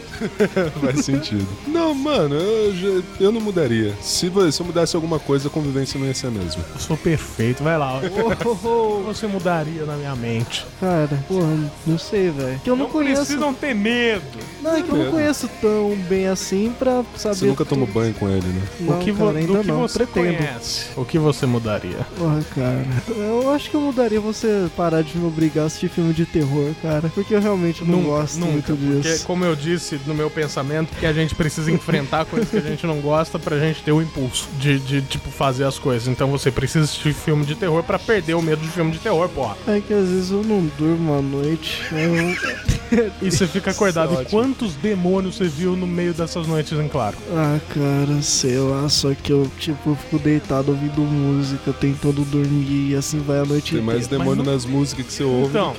Speaker 2: Faz sentido. *laughs* Não, mano, eu, já- eu não mudaria. Se, vo- se eu mudasse alguma coisa, a convivência não ia ser a mesma.
Speaker 1: Eu sou perfeito, vai
Speaker 4: *laughs*
Speaker 1: lá. O que
Speaker 4: Oh,
Speaker 1: você mudaria na minha mente?
Speaker 4: cara, porra, não sei, velho. Que eu não,
Speaker 1: não
Speaker 4: conheço.
Speaker 1: precisam ter medo.
Speaker 4: Não, é que eu não conheço tão bem assim pra saber.
Speaker 2: Você nunca tomou
Speaker 4: tudo.
Speaker 2: banho com ele, né?
Speaker 4: Não,
Speaker 1: o que, vo-
Speaker 4: cara, ainda
Speaker 1: do que
Speaker 4: não.
Speaker 1: você
Speaker 4: Pretendo.
Speaker 1: conhece? O que você mudaria?
Speaker 4: Porra, cara. Eu acho que eu mudaria você parar de me obrigar a assistir filme de terror, cara. Porque eu realmente não gosto muito
Speaker 1: porque,
Speaker 4: disso.
Speaker 1: como eu disse no meu pensamento, que a gente precisa enfrentar coisas que a gente não gosta pra gente ter o impulso de, de, tipo, fazer as coisas. Então você precisa assistir filme de terror pra perder o medo de filme de terror, porra.
Speaker 4: É que às vezes eu não durmo à noite. eu-
Speaker 1: E você fica
Speaker 2: Isso
Speaker 1: acordado.
Speaker 2: é
Speaker 1: E
Speaker 2: ótimo.
Speaker 1: quantos demônios você viu no meio dessas noites em claro?
Speaker 4: Ah, cara, sei lá. Só que eu, tipo, fico deitado ouvindo música, tentando dormir. E assim vai a noite
Speaker 2: Tem mais
Speaker 4: inteira.
Speaker 2: demônio
Speaker 1: mas não-
Speaker 2: nas músicas que você ouve.
Speaker 1: Então,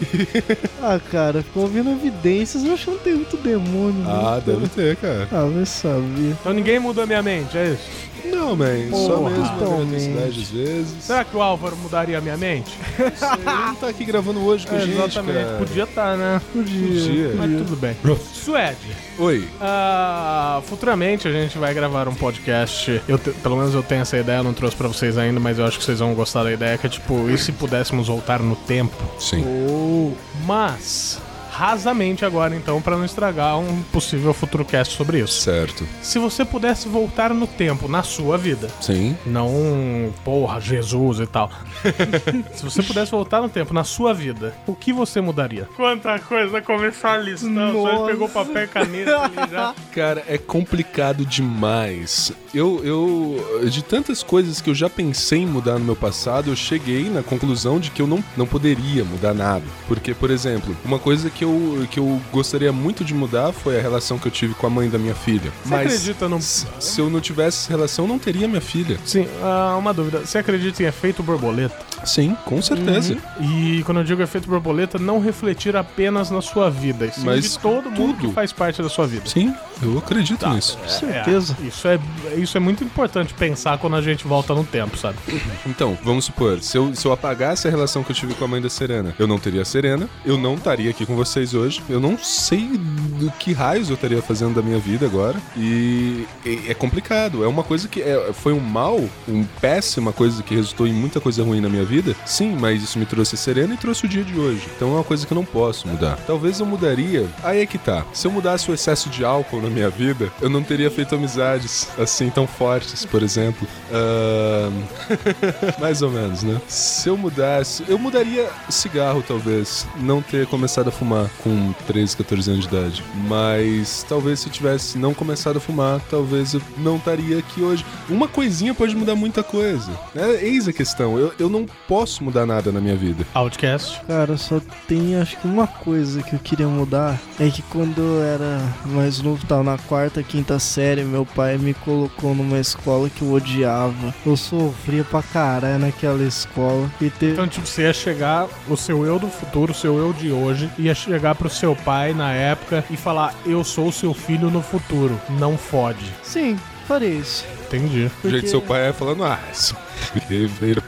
Speaker 4: Ah, cara, fico ouvindo evidências. Eu acho que não tem muito demônio.
Speaker 2: Ah,
Speaker 4: né?
Speaker 2: deve ter, cara.
Speaker 4: Ah, vai saber.
Speaker 1: então ninguém mudou minha mente, é isso?
Speaker 2: Não, man. Só
Speaker 4: Porra.
Speaker 2: mesmo a
Speaker 4: Totalmente.
Speaker 2: necessidade às vezes.
Speaker 1: Será que o Álvaro mudaria a minha mente?
Speaker 2: Ele não tá aqui gravando hoje com a gente, cara.
Speaker 1: Ah. É, Podia estar, né?
Speaker 2: Podia.
Speaker 1: Mas tudo bem. Suede,
Speaker 2: Oi.
Speaker 1: Ah, futuramente a gente vai gravar um podcast. Eu te- pelo menos eu tenho essa ideia, eu não trouxe pra vocês ainda, mas eu acho que vocês vão gostar da ideia que é tipo, e se pudéssemos voltar no tempo?
Speaker 2: Sim.
Speaker 1: Mas rasamente agora então pra não estragar um possível futuro cast sobre isso.
Speaker 2: Certo.
Speaker 1: Se você pudesse voltar no tempo na sua vida,
Speaker 2: Sim.
Speaker 1: não, porra, Jesus e tal. *laughs* Se você pudesse voltar no tempo, na sua vida, o que você mudaria? Quanta coisa começar a listar.
Speaker 4: só ele pegou
Speaker 1: papel e caneta ali
Speaker 2: *laughs*
Speaker 1: já.
Speaker 2: Cara, é complicado demais. Eu, eu, de tantas coisas que eu já pensei em mudar no meu passado, eu cheguei na conclusão de que eu não, não poderia mudar nada. Porque, por exemplo, uma coisa que eu, que eu gostaria muito de mudar foi a relação que eu tive com a mãe da minha filha.
Speaker 1: Você acredita num-
Speaker 2: s- Se eu não tivesse essa relação, não teria minha filha.
Speaker 1: Sim, ah, uma dúvida. Você acredita em efeito borboleta?
Speaker 2: Sim, com certeza.
Speaker 1: E quando eu digo efeito borboleta, não refletir apenas na sua vida, e sim
Speaker 2: Mas
Speaker 1: de todo mundo
Speaker 2: tudo.
Speaker 1: que faz parte da sua vida.
Speaker 2: Sim, eu acredito nisso.
Speaker 4: certeza.
Speaker 1: Tá. É, isso, é, isso é muito importante pensar quando a gente volta no tempo, sabe?
Speaker 2: Então, vamos supor, se eu, se eu apagasse a relação que eu tive com a mãe da Serena, eu não teria a Serena, eu não estaria aqui com vocês hoje, eu não sei do que raios eu estaria fazendo da minha vida agora. E, e é complicado, é uma coisa que é- foi um mal, uma péssima coisa que resultou em muita coisa ruim na minha vida. Sim, mas isso me trouxe a Serena e trouxe o dia de hoje. Então é uma coisa que eu não posso mudar. Talvez eu mudaria, aí é que tá. Se eu mudasse o excesso de álcool na minha vida, eu não teria feito amizades assim tão fortes, por exemplo. Ahn. Mais ou menos, né? Se eu mudasse, eu mudaria cigarro, talvez. Não ter começado a fumar com 13, 14 anos de idade. Mas talvez se eu tivesse não começado a fumar, talvez eu não estaria aqui hoje. Uma coisinha pode mudar muita coisa. Né? Eis a questão. Eu, eu não posso mudar nada na minha vida.
Speaker 1: Outcast.
Speaker 4: Cara, só tem acho que uma coisa que eu queria mudar. É que quando eu era mais novo, tava na quarta, quinta série, meu pai me colocou numa escola que eu odiava. Eu sofria pra caralho naquela escola. E teve.
Speaker 1: Então, tipo, você ia chegar, o seu eu do futuro, o seu eu de hoje, ia chegar pro seu pai na época e falar: Eu sou o seu filho no futuro, não fode.
Speaker 4: Sim, faria isso.
Speaker 1: Entendi.
Speaker 2: Do jeito
Speaker 4: Porque-
Speaker 2: que seu pai é falando, ah, esse, guerreiro-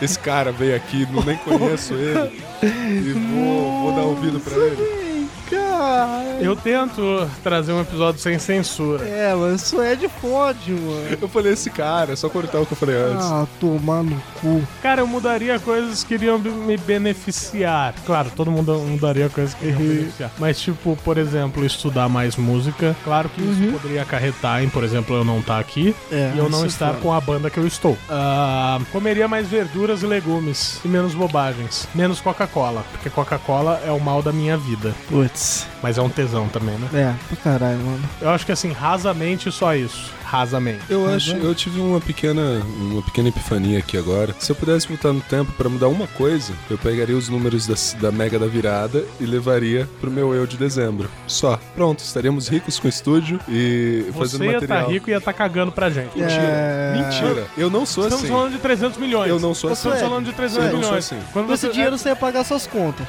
Speaker 2: esse cara veio aqui, não nem conheço ele. E vou, vou dar ouvido pra ele.
Speaker 4: Cara.
Speaker 1: Eu tento trazer um episódio sem censura.
Speaker 4: É, mas isso é de fode, mano.
Speaker 2: Eu falei, esse cara, é só cortar o que eu falei antes.
Speaker 4: Ah, tomar no cu.
Speaker 1: Cara, eu mudaria coisas que iriam me beneficiar. Claro, todo mundo mudaria coisas que iriam beneficiar. Mas, tipo, por exemplo, estudar mais música. Claro que isso poderia acarretar em, por exemplo, eu não estar aqui
Speaker 4: É,
Speaker 1: e eu não
Speaker 4: isso é
Speaker 1: estar
Speaker 4: foda.
Speaker 1: com a banda que eu estou. Ah, comeria mais verduras e legumes e menos bobagens. Menos Coca-Cola, porque Coca-Cola é o mal da minha vida.
Speaker 4: Putz,
Speaker 1: Mas é um tesão também, né?
Speaker 4: é, pra caralho, mano.
Speaker 1: Eu acho que, assim, rasamente só isso. Rasamente.
Speaker 2: Eu acho, eu tive uma pequena, uma pequena epifania aqui agora. Se eu pudesse voltar no tempo pra mudar uma coisa, eu pegaria os números da, da Mega da Virada e levaria pro meu eu de dezembro. Só. Pronto, estaríamos ricos com o estúdio e
Speaker 1: Você
Speaker 2: fazendo
Speaker 1: ia
Speaker 2: material.
Speaker 1: estar rico e ia estar cagando pra gente.
Speaker 2: Mentira.
Speaker 4: É.
Speaker 2: Mentira. Eu não sou
Speaker 1: Estamos
Speaker 2: assim.
Speaker 1: falando de 300 milhões.
Speaker 2: Eu não sou assim.
Speaker 1: Estamos falando de 300
Speaker 2: Eu não sou
Speaker 1: milhões.
Speaker 2: assim.
Speaker 1: Quando
Speaker 4: Com esse
Speaker 1: você, *laughs*
Speaker 4: dinheiro você ia pagar suas contas.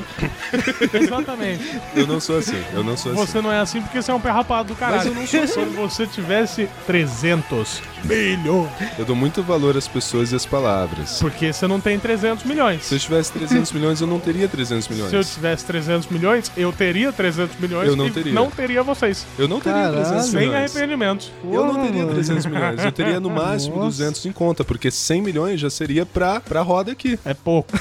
Speaker 1: é, exatamente.
Speaker 2: Eu não sou assim. Eu não sou assim.
Speaker 1: Você não é assim porque você é um pé rapado do caralho.
Speaker 2: Mas eu não sou assim.
Speaker 1: Se você tivesse 300 milhões,
Speaker 2: Eu dou muito valor às pessoas e às palavras.
Speaker 1: porque você não tem 300 milhões.
Speaker 2: Se eu tivesse 300 milhões, eu não teria 300 milhões.
Speaker 1: Se eu tivesse 300 milhões, eu teria 300 milhões
Speaker 2: Eu não
Speaker 1: e
Speaker 2: teria.
Speaker 1: não teria vocês.
Speaker 2: Eu não teria
Speaker 4: Caralho.
Speaker 2: 300
Speaker 1: Sem
Speaker 2: milhões.
Speaker 1: arrependimentos.
Speaker 2: Eu não teria
Speaker 4: Porra,
Speaker 2: 300 milhões, eu teria no máximo
Speaker 4: Nossa.
Speaker 2: 200 em conta, porque 100 milhões já seria pra, pra roda aqui.
Speaker 1: É pouco.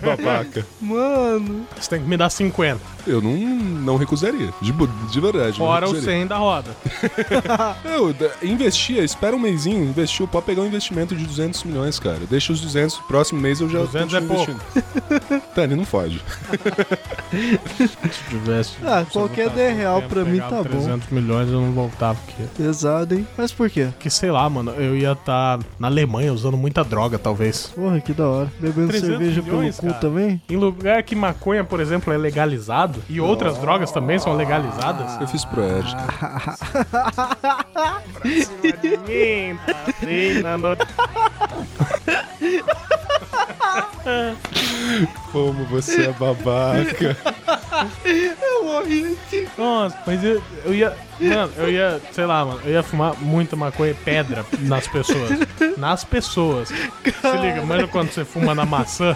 Speaker 2: Babaca.
Speaker 4: Mano,
Speaker 1: Você tem que me dar 50.
Speaker 2: Eu não, não recusaria, de, bo- de verdade. não
Speaker 1: Fora o
Speaker 2: recusaria.
Speaker 1: 100 da
Speaker 2: *laughs*
Speaker 1: roda.
Speaker 2: Eu da- investia, espera um mêsinho, investiu, pode pegar um investimento de 200 milhões, cara. Deixa os 200, próximo mês eu já
Speaker 1: 200 é pouco.
Speaker 2: *laughs* Tani, não foge.
Speaker 1: Se tivesse.
Speaker 4: Ah, qualquer
Speaker 1: voltar no
Speaker 4: 10 real
Speaker 1: tempo,
Speaker 4: pra mim
Speaker 1: pegava
Speaker 4: tá bom.
Speaker 1: 300 milhões eu não voltava aqui.
Speaker 4: pesado, hein? Mas por quê?
Speaker 1: Que sei lá, mano, eu ia estar na Alemanha usando muita droga, talvez.
Speaker 4: Porra, que da hora. Bebendo
Speaker 1: 300
Speaker 4: cerveja
Speaker 1: milhões,
Speaker 4: pelo
Speaker 1: cara.
Speaker 4: cu também?
Speaker 1: Em lugar que maconha, por exemplo, é legalizado e outras drogas também são
Speaker 2: *laughs*
Speaker 1: legalizadas.
Speaker 2: Eu fiz pro Ed.
Speaker 1: Ah, tá,
Speaker 2: Como você é babaca.
Speaker 1: É um
Speaker 4: Eu morri aqui.
Speaker 1: Nossa, mas eu, eu ia. Mano, eu ia, sei lá, mano, eu ia fumar muita maconha e pedra nas pessoas. Nas pessoas. Se liga, mano, quando você fuma na maçã,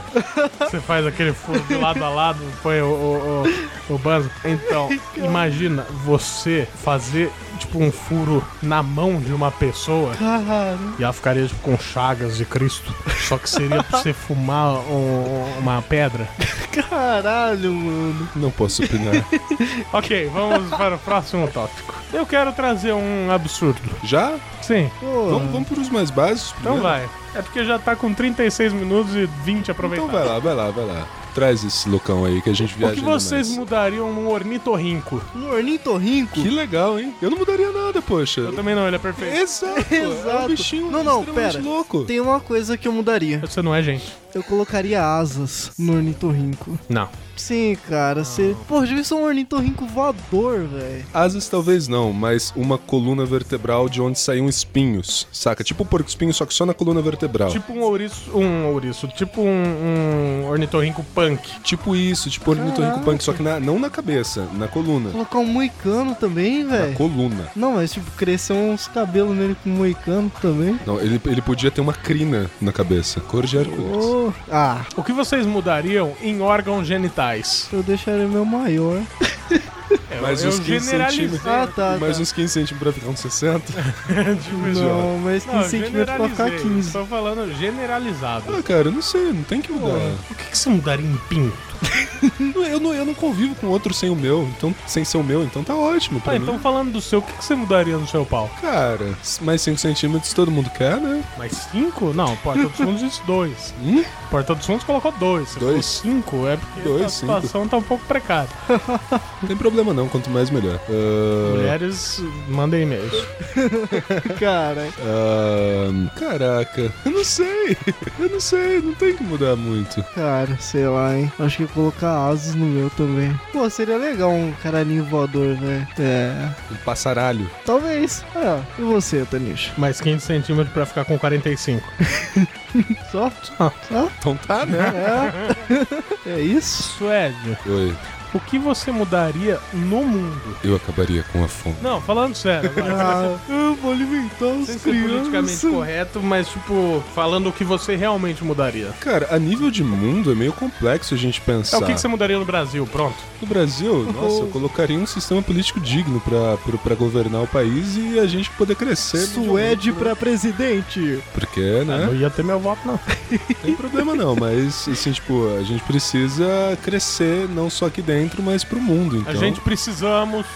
Speaker 1: você faz aquele furo de lado a lado, põe o, o, o, o banzo. Então, imagina você fazer, tipo, um furo na mão de uma pessoa.
Speaker 4: Caralho.
Speaker 1: E ela ficaria tipo, com chagas de Cristo. Só que seria pra você fumar um- uma pedra.
Speaker 4: Caralho, mano.
Speaker 2: *laughs* Não posso opinar.
Speaker 1: Ok, vamos para o próximo tópico. Eu quero trazer um absurdo.
Speaker 2: Já?
Speaker 1: Sim,
Speaker 4: Porra.
Speaker 2: Vamos, vamos pros mais básicos
Speaker 1: então
Speaker 2: primeiro?
Speaker 1: vai. É porque já tá com 36 minutos e 20
Speaker 2: Então
Speaker 1: aproveitados.
Speaker 2: vai lá, vai lá, vai lá. Traz esse loucão aí que a gente viaja
Speaker 1: O que
Speaker 2: ainda
Speaker 1: vocês
Speaker 2: mais.
Speaker 1: mudariam num ornitorrinco?
Speaker 4: Um ornitorrinco?
Speaker 2: Que legal, hein? Eu não mudaria nada, poxa.
Speaker 1: Eu também não, ele é perfeito.
Speaker 2: Exato. É um
Speaker 4: Exato.
Speaker 2: bichinho
Speaker 4: Não, não,
Speaker 2: extremamente
Speaker 4: pera.
Speaker 2: louco.
Speaker 4: Tem uma coisa que eu mudaria.
Speaker 1: Você não é gente.
Speaker 4: Eu colocaria asas no ornitorrinco.
Speaker 1: Não.
Speaker 4: Sim, cara. Você... Pô, devia ser um ornitorrinco voador, velho.
Speaker 2: Asas talvez não, mas uma coluna vertebral de onde saíam espinhos, saca? Tipo o porco espinho, só que só na coluna vertebral. Tipo,
Speaker 1: Tipo um ouriço. Um ouriço. Tipo um, um ornitorrinco punk.
Speaker 2: isso, tipo ornitorrinco punk, só que na- não na cabeça, na coluna.
Speaker 4: Colocar um moicano também,
Speaker 2: Na
Speaker 4: velho.
Speaker 2: coluna.
Speaker 4: Não, mas tipo, crescer uns cabelos nele com moicano também.
Speaker 2: Não, ele, ele podia ter uma crina na cabeça, cor de arco-íris.
Speaker 4: Ô, Ah,
Speaker 1: O que vocês mudariam em órgãos genitais?
Speaker 4: eu deixaria meu maior.
Speaker 2: Mais
Speaker 1: É, eu
Speaker 2: uns 15
Speaker 1: generalizei.
Speaker 2: centímetros.
Speaker 4: Ah, tá.
Speaker 2: Mais
Speaker 4: tá.
Speaker 2: uns 15 centímetros pra ficar uns 60.
Speaker 1: Tipo isso.
Speaker 4: Não, mas
Speaker 1: Não,
Speaker 4: 15 centímetros pra ficar
Speaker 1: generalizei.
Speaker 4: 15.
Speaker 1: Tô falando generalizado.
Speaker 2: Ah, cara, eu não sei, não tem que mudar.
Speaker 1: O que, que você mudaria em pinto?
Speaker 2: Eu não, eu não convivo com outro sem o meu, então sem ser o meu, então tá ótimo pra
Speaker 1: Ah,
Speaker 2: mim.
Speaker 1: então falando do seu, o que, que você mudaria no seu pau?
Speaker 2: Cara, mais 5 centímetros todo mundo quer, né?
Speaker 1: Mais cinco? Não, Porta dos Fundos disse dois.
Speaker 2: Hum?
Speaker 1: Porta dos Fundos colocou dois. Você
Speaker 2: Dois.
Speaker 1: falou cinco? É porque
Speaker 2: Dois,
Speaker 1: a situação tá um pouco precária.
Speaker 2: Não tem problema não, quanto mais melhor. Ah,
Speaker 1: Mulheres, mandem e-mails.
Speaker 4: Cara,
Speaker 2: ah, caraca, eu não sei, eu não sei, não tem que mudar muito.
Speaker 4: cara, sei lá, hein. Acho que eu ia colocar asas no meu também. Pô, seria legal um caralhinho voador, velho. É.
Speaker 2: Um passaralho.
Speaker 4: Talvez. É. E você, Tanish?
Speaker 1: Mais 15 centímetros pra ficar com 45.
Speaker 4: Só?
Speaker 2: Então
Speaker 1: *laughs*
Speaker 2: tá, né?
Speaker 4: É. *laughs* é isso?
Speaker 1: Suélio,
Speaker 2: Oi,
Speaker 1: o que você mudaria no mundo?
Speaker 2: eu acabaria com a fome.
Speaker 1: Não, falando sério agora.
Speaker 4: *laughs* Ah, eu vou alimentar os
Speaker 1: Sem ser politicamente correto, mas tipo, falando o que você realmente mudaria.
Speaker 2: Cara, a nível de mundo é meio complexo a gente
Speaker 1: É
Speaker 2: pensar.
Speaker 1: o que, que você mudaria no Brasil, pronto.
Speaker 2: No Brasil, nossa, eu colocaria um sistema político digno pra, pra, pra governar o país e a gente poder crescer.
Speaker 4: Suede pra presidente.
Speaker 2: né? Porque, né?
Speaker 1: É, Não ia ter meu voto, não.
Speaker 2: Não tem problema não, mas assim, tipo, a gente precisa crescer não só aqui dentro, mas pro mundo, então.
Speaker 1: A gente *laughs* precisamos.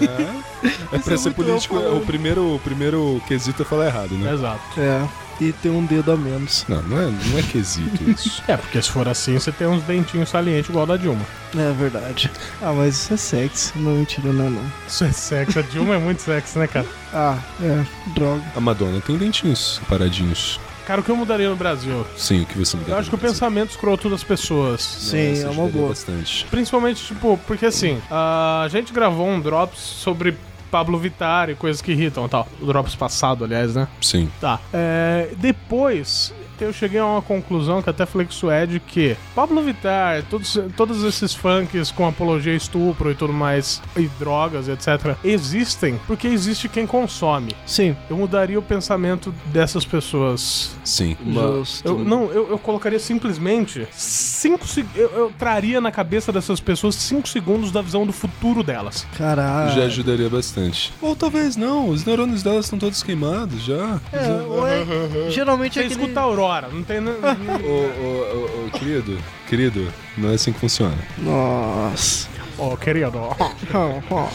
Speaker 2: né? É
Speaker 4: Isso
Speaker 2: pra
Speaker 4: é
Speaker 2: ser
Speaker 4: muito
Speaker 2: político,
Speaker 4: louco,
Speaker 2: é o
Speaker 4: né?
Speaker 2: primeiro, o primeiro quesito é falar errado, né?
Speaker 1: Exato.
Speaker 4: É. E tem um dedo a menos.
Speaker 2: Não, não é, não é quesito isso.
Speaker 1: É, porque se for assim, você tem uns dentinhos salientes igual da Dilma.
Speaker 4: É verdade. Ah, mas isso é sexy. Não, mentira, não é não.
Speaker 1: Isso é sexo. A Dilma é muito sexo, né, cara?
Speaker 4: Ah, é. Droga.
Speaker 2: A Madonna tem dentinhos paradinhos.
Speaker 1: Cara, o que eu mudaria no Brasil?
Speaker 2: Sim, o que você me né?
Speaker 1: Eu acho que o pensamento escroto das pessoas. né?
Speaker 4: Sim, é uma boa.
Speaker 2: Bastante.
Speaker 1: Principalmente, tipo, porque assim, a gente gravou um Drops sobre Pablo Vittar e coisas que irritam e tal. O Drops passado, aliás, né?
Speaker 2: Sim.
Speaker 1: Tá. É, depois eu cheguei a uma conclusão que até falei com o Suede que Pablo Vittar, todos, todos esses funks com apologia a estupro e tudo mais, e drogas, etc., existem porque existe quem consome.
Speaker 4: Sim.
Speaker 1: Eu mudaria o pensamento dessas pessoas.
Speaker 2: Sim.
Speaker 4: Justo.
Speaker 1: Eu, não, eu, eu colocaria simplesmente cinco se- eu, eu traria na cabeça dessas pessoas cinco segundos da visão do futuro delas.
Speaker 4: Caralho.
Speaker 1: é
Speaker 2: Já ajudaria bastante. Ou talvez não, os neurônios dela estão todos queimados já.
Speaker 4: É, ou é- geralmente
Speaker 1: Você
Speaker 4: é aquele... Ah.
Speaker 1: escuta a Aurora, não tem. n- n-
Speaker 2: Ô, ô, ô, ô, querido, querido, não é assim que funciona.
Speaker 4: Nossa.
Speaker 1: *laughs* Ó, querido.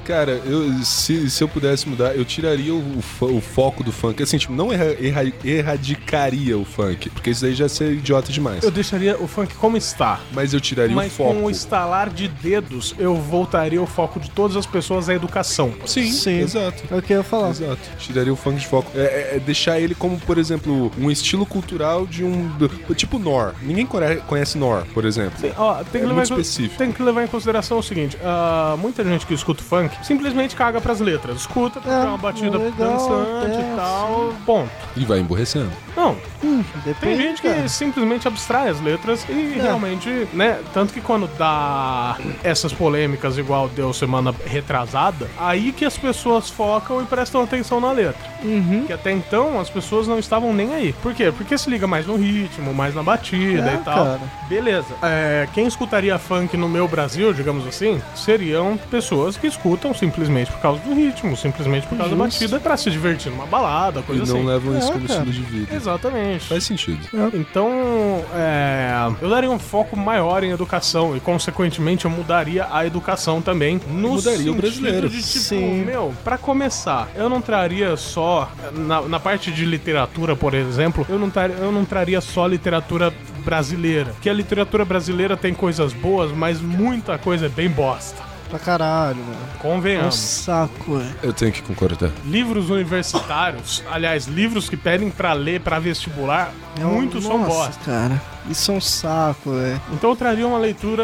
Speaker 2: Cara, eu, se, se eu pudesse mudar, eu tiraria o, fo- o foco do funk. Assim, tipo, não erra- erra- erradicaria o funk, porque isso daí já seria idiota demais.
Speaker 1: Eu deixaria o funk como está.
Speaker 2: Mas eu tiraria
Speaker 1: Mas
Speaker 2: o foco.
Speaker 1: com o estalar de dedos, eu voltaria o foco de todas as pessoas à educação.
Speaker 2: Sim,
Speaker 4: Sim.
Speaker 2: exato.
Speaker 4: É o que eu ia falar.
Speaker 2: Exato. Tiraria o funk de foco. É, é- é deixar ele como, por exemplo, um estilo cultural de um. do- tipo Nor. Ninguém conhe- conhece Nor, por exemplo.
Speaker 1: Tem- ó, tem, que
Speaker 2: É
Speaker 1: levar
Speaker 2: muito
Speaker 1: em, con-
Speaker 2: específico.
Speaker 1: tem que levar em consideração o seguinte: ah, muita gente que escuta funk simplesmente caga pras letras. Escuta, porque é,
Speaker 4: É,
Speaker 1: uma batida
Speaker 4: legal,
Speaker 1: dançante
Speaker 4: é,
Speaker 1: e tal. Ponto.
Speaker 2: E vai emborrecendo.
Speaker 1: Não,
Speaker 4: Hum,
Speaker 1: tem
Speaker 4: depende,
Speaker 1: gente que é
Speaker 4: cara.
Speaker 1: simplesmente abstrai as letras e
Speaker 4: É.
Speaker 1: realmente, né? Tanto que quando dá essas polêmicas, igual deu semana retrasada, aí que as pessoas focam e prestam atenção na letra.
Speaker 4: Uhum.
Speaker 1: Que até então as pessoas não estavam nem aí. Por quê? Porque se liga mais no ritmo, mais na batida
Speaker 4: É,
Speaker 1: e tal.
Speaker 4: cara.
Speaker 1: Beleza. É, quem escutaria funk no meu Brasil, digamos assim, seriam pessoas que escutam simplesmente por causa do ritmo, simplesmente por causa da
Speaker 4: Justo.
Speaker 1: batida, pra se divertir numa balada, coisa
Speaker 2: e não
Speaker 1: assim.
Speaker 2: levam isso
Speaker 4: É,
Speaker 2: como
Speaker 4: cara.
Speaker 2: estilo de vida.
Speaker 1: Exatamente.
Speaker 2: Faz sentido.
Speaker 1: Então, é, eu daria um foco maior em educação e, consequentemente, eu mudaria a educação também. No
Speaker 2: Mudaria o
Speaker 1: sentido
Speaker 2: brasileiro.
Speaker 1: De, tipo,
Speaker 4: Sim.
Speaker 1: meu, pra começar, eu não traria só, na, na parte de literatura, por exemplo, eu não, tar- eu não traria só literatura brasileira. Porque a literatura brasileira tem coisas boas, mas muita coisa é bem bosta.
Speaker 4: Pra caralho, mano. É um
Speaker 1: Convenhamos.
Speaker 4: saco, velho.
Speaker 2: Eu tenho que concordar.
Speaker 1: Livros universitários, aliás, livros que pedem pra ler pra vestibular,
Speaker 4: É um-
Speaker 1: muitos são
Speaker 4: Nossa,
Speaker 1: bosta.
Speaker 4: cara. Isso é um saco, velho.
Speaker 1: Então eu traria uma leitura,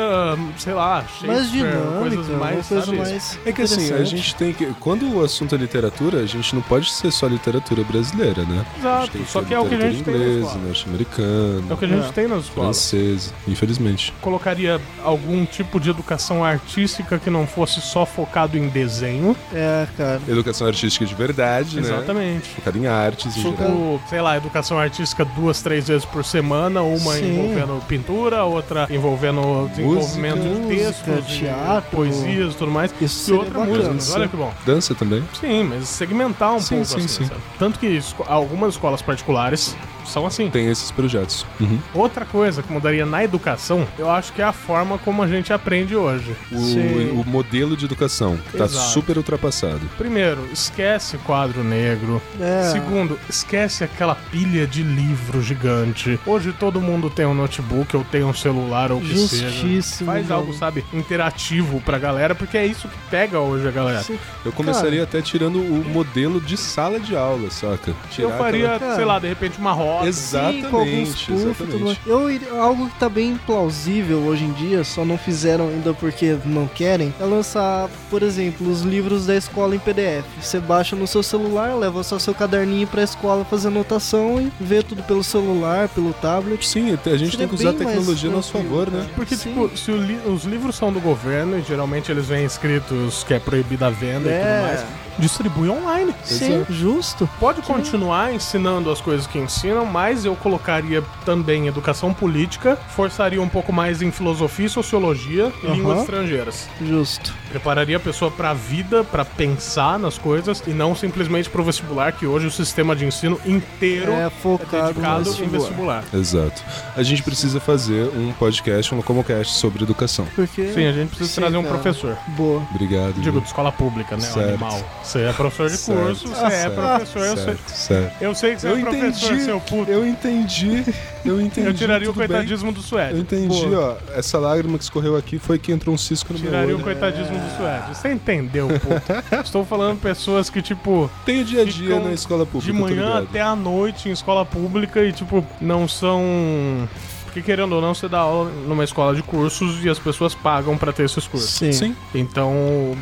Speaker 1: sei lá,
Speaker 4: Mais
Speaker 1: Shakespeare,
Speaker 4: dinâmica,
Speaker 1: é,
Speaker 4: é
Speaker 1: coisas mais,
Speaker 4: uma coisa
Speaker 1: sabe?
Speaker 4: mais.
Speaker 2: É que assim, a
Speaker 4: interessante.
Speaker 2: gente tem que. Quando o assunto é literatura, a gente não pode ser só literatura brasileira, né? A gente tem
Speaker 1: Exato, só
Speaker 2: ter
Speaker 1: que é o que a
Speaker 2: literatura
Speaker 1: gente tem na
Speaker 2: inglesa, né?
Speaker 1: escola. É o
Speaker 2: norte-americana,
Speaker 1: que a gente
Speaker 4: É.
Speaker 1: tem nas escolas.
Speaker 2: francesa, infelizmente.
Speaker 1: Colocaria algum tipo de educação artística que não fosse só focado em desenho.
Speaker 4: É, cara.
Speaker 2: Educação artística de verdade, né?
Speaker 1: Exatamente.
Speaker 2: Focada em artes, em geral.
Speaker 1: Tipo, sei lá, educação artística duas, três vezes por semana, uma
Speaker 4: Sim.
Speaker 1: envolvendo pintura, outra envolvendo desenvolvimento de
Speaker 4: música,
Speaker 1: textos, de
Speaker 4: teatro.
Speaker 1: poesias e tudo mais.
Speaker 4: Isso
Speaker 1: E
Speaker 4: seria
Speaker 1: outra
Speaker 4: bacana.
Speaker 1: música, olha que bom.
Speaker 2: Dança também.
Speaker 1: Sim, mas segmentar um
Speaker 2: Sim,
Speaker 1: pouco
Speaker 2: sim,
Speaker 1: assim,
Speaker 2: sim.
Speaker 1: sabe? Tanto que esco- algumas escolas particulares são assim.
Speaker 2: Tem esses projetos. Uhum.
Speaker 1: Outra coisa que mudaria na educação, eu acho que é a forma como a gente aprende hoje.
Speaker 4: Sim.
Speaker 2: O, o modelo de educação, que tá
Speaker 1: Exato.
Speaker 2: super ultrapassado.
Speaker 1: Primeiro, esquece quadro negro.
Speaker 4: É.
Speaker 1: Segundo, esquece aquela pilha de livro gigante. Hoje todo mundo tem um notebook ou tem um celular ou o que seja.
Speaker 4: Justíssimo.
Speaker 1: Faz
Speaker 4: mano.
Speaker 1: algo, sabe, interativo pra galera, porque é isso que pega hoje a galera.
Speaker 4: Sim.
Speaker 2: Eu começaria até tirando o modelo de sala de aula, saca?
Speaker 1: Eu
Speaker 2: Tirar
Speaker 1: faria,
Speaker 4: Cara.
Speaker 1: sei lá, de repente uma roda.
Speaker 4: Sim, com alguns
Speaker 2: Exatamente,
Speaker 4: puff e tudo mais.
Speaker 2: exatamente.
Speaker 4: Eu iria- algo que tá bem plausível hoje em dia, só não fizeram ainda porque não querem, é lançar, por exemplo, os livros da escola em PDF. Você baixa no seu celular, leva só seu caderninho pra escola fazer anotação e vê tudo pelo celular, pelo tablet.
Speaker 2: Sim, a gente
Speaker 4: Seria
Speaker 2: tem que usar a
Speaker 4: bem mais
Speaker 2: tecnologia a nosso
Speaker 4: tranquilo,
Speaker 2: favor, né?
Speaker 4: cara.
Speaker 1: Porque,
Speaker 4: Sim.
Speaker 1: tipo, se o li- os livros são do governo e geralmente eles vêm escritos que é proibida a venda e tudo mais, é.
Speaker 4: É,
Speaker 1: distribui online.
Speaker 4: sim, justo.
Speaker 1: Pode continuar ensinando as coisas que ensinam, mas eu colocaria também educação política, forçaria um pouco mais em filosofia e sociologia e
Speaker 4: Aham.
Speaker 1: línguas estrangeiras.
Speaker 4: Justo.
Speaker 1: Prepararia a pessoa pra vida, pra pensar nas coisas e não simplesmente pro vestibular, que hoje o sistema de ensino inteiro
Speaker 4: É
Speaker 1: é,
Speaker 4: focado
Speaker 1: dedicado
Speaker 4: no
Speaker 1: em vestibular.
Speaker 2: Exato. A gente precisa fazer um podcast, um Locomocast sobre educação.
Speaker 4: Porque
Speaker 1: Sim, a gente precisa
Speaker 4: Sim,
Speaker 1: trazer um
Speaker 4: cara.
Speaker 1: professor.
Speaker 4: boa.
Speaker 2: Obrigado.
Speaker 1: Digo,
Speaker 2: viu?
Speaker 1: de escola pública, né? o
Speaker 2: Certo.
Speaker 1: animal. Você é professor de
Speaker 2: Certo, Ah,
Speaker 1: curso, você é
Speaker 2: certo,
Speaker 1: professor, eu sei.
Speaker 2: certo, certo.
Speaker 1: Eu sei que você
Speaker 2: Eu
Speaker 1: é professor,
Speaker 2: entendi.
Speaker 1: seu puto. Eu,
Speaker 2: Eu entendi, eu entendi.
Speaker 1: tiraria o
Speaker 2: tudo bem.
Speaker 1: coitadismo do Suede.
Speaker 2: Eu entendi,
Speaker 1: Pô,
Speaker 2: ó. Essa lágrima que escorreu aqui foi que entrou um cisco no
Speaker 1: Tiraria o
Speaker 2: meu olho.
Speaker 1: coitadismo do Suede. Você entendeu,
Speaker 2: *laughs*
Speaker 1: pô. Estou falando pessoas que, tipo,
Speaker 2: Tem o dia a dia
Speaker 1: Ficam
Speaker 2: na escola pública.
Speaker 1: de
Speaker 2: eu tô
Speaker 1: manhã
Speaker 2: ligado.
Speaker 1: até à noite em escola pública e, tipo, não são. Porque querendo ou não, você dá aula numa escola de cursos e as pessoas pagam pra ter esses cursos.
Speaker 4: Sim.
Speaker 2: Sim.
Speaker 1: Então,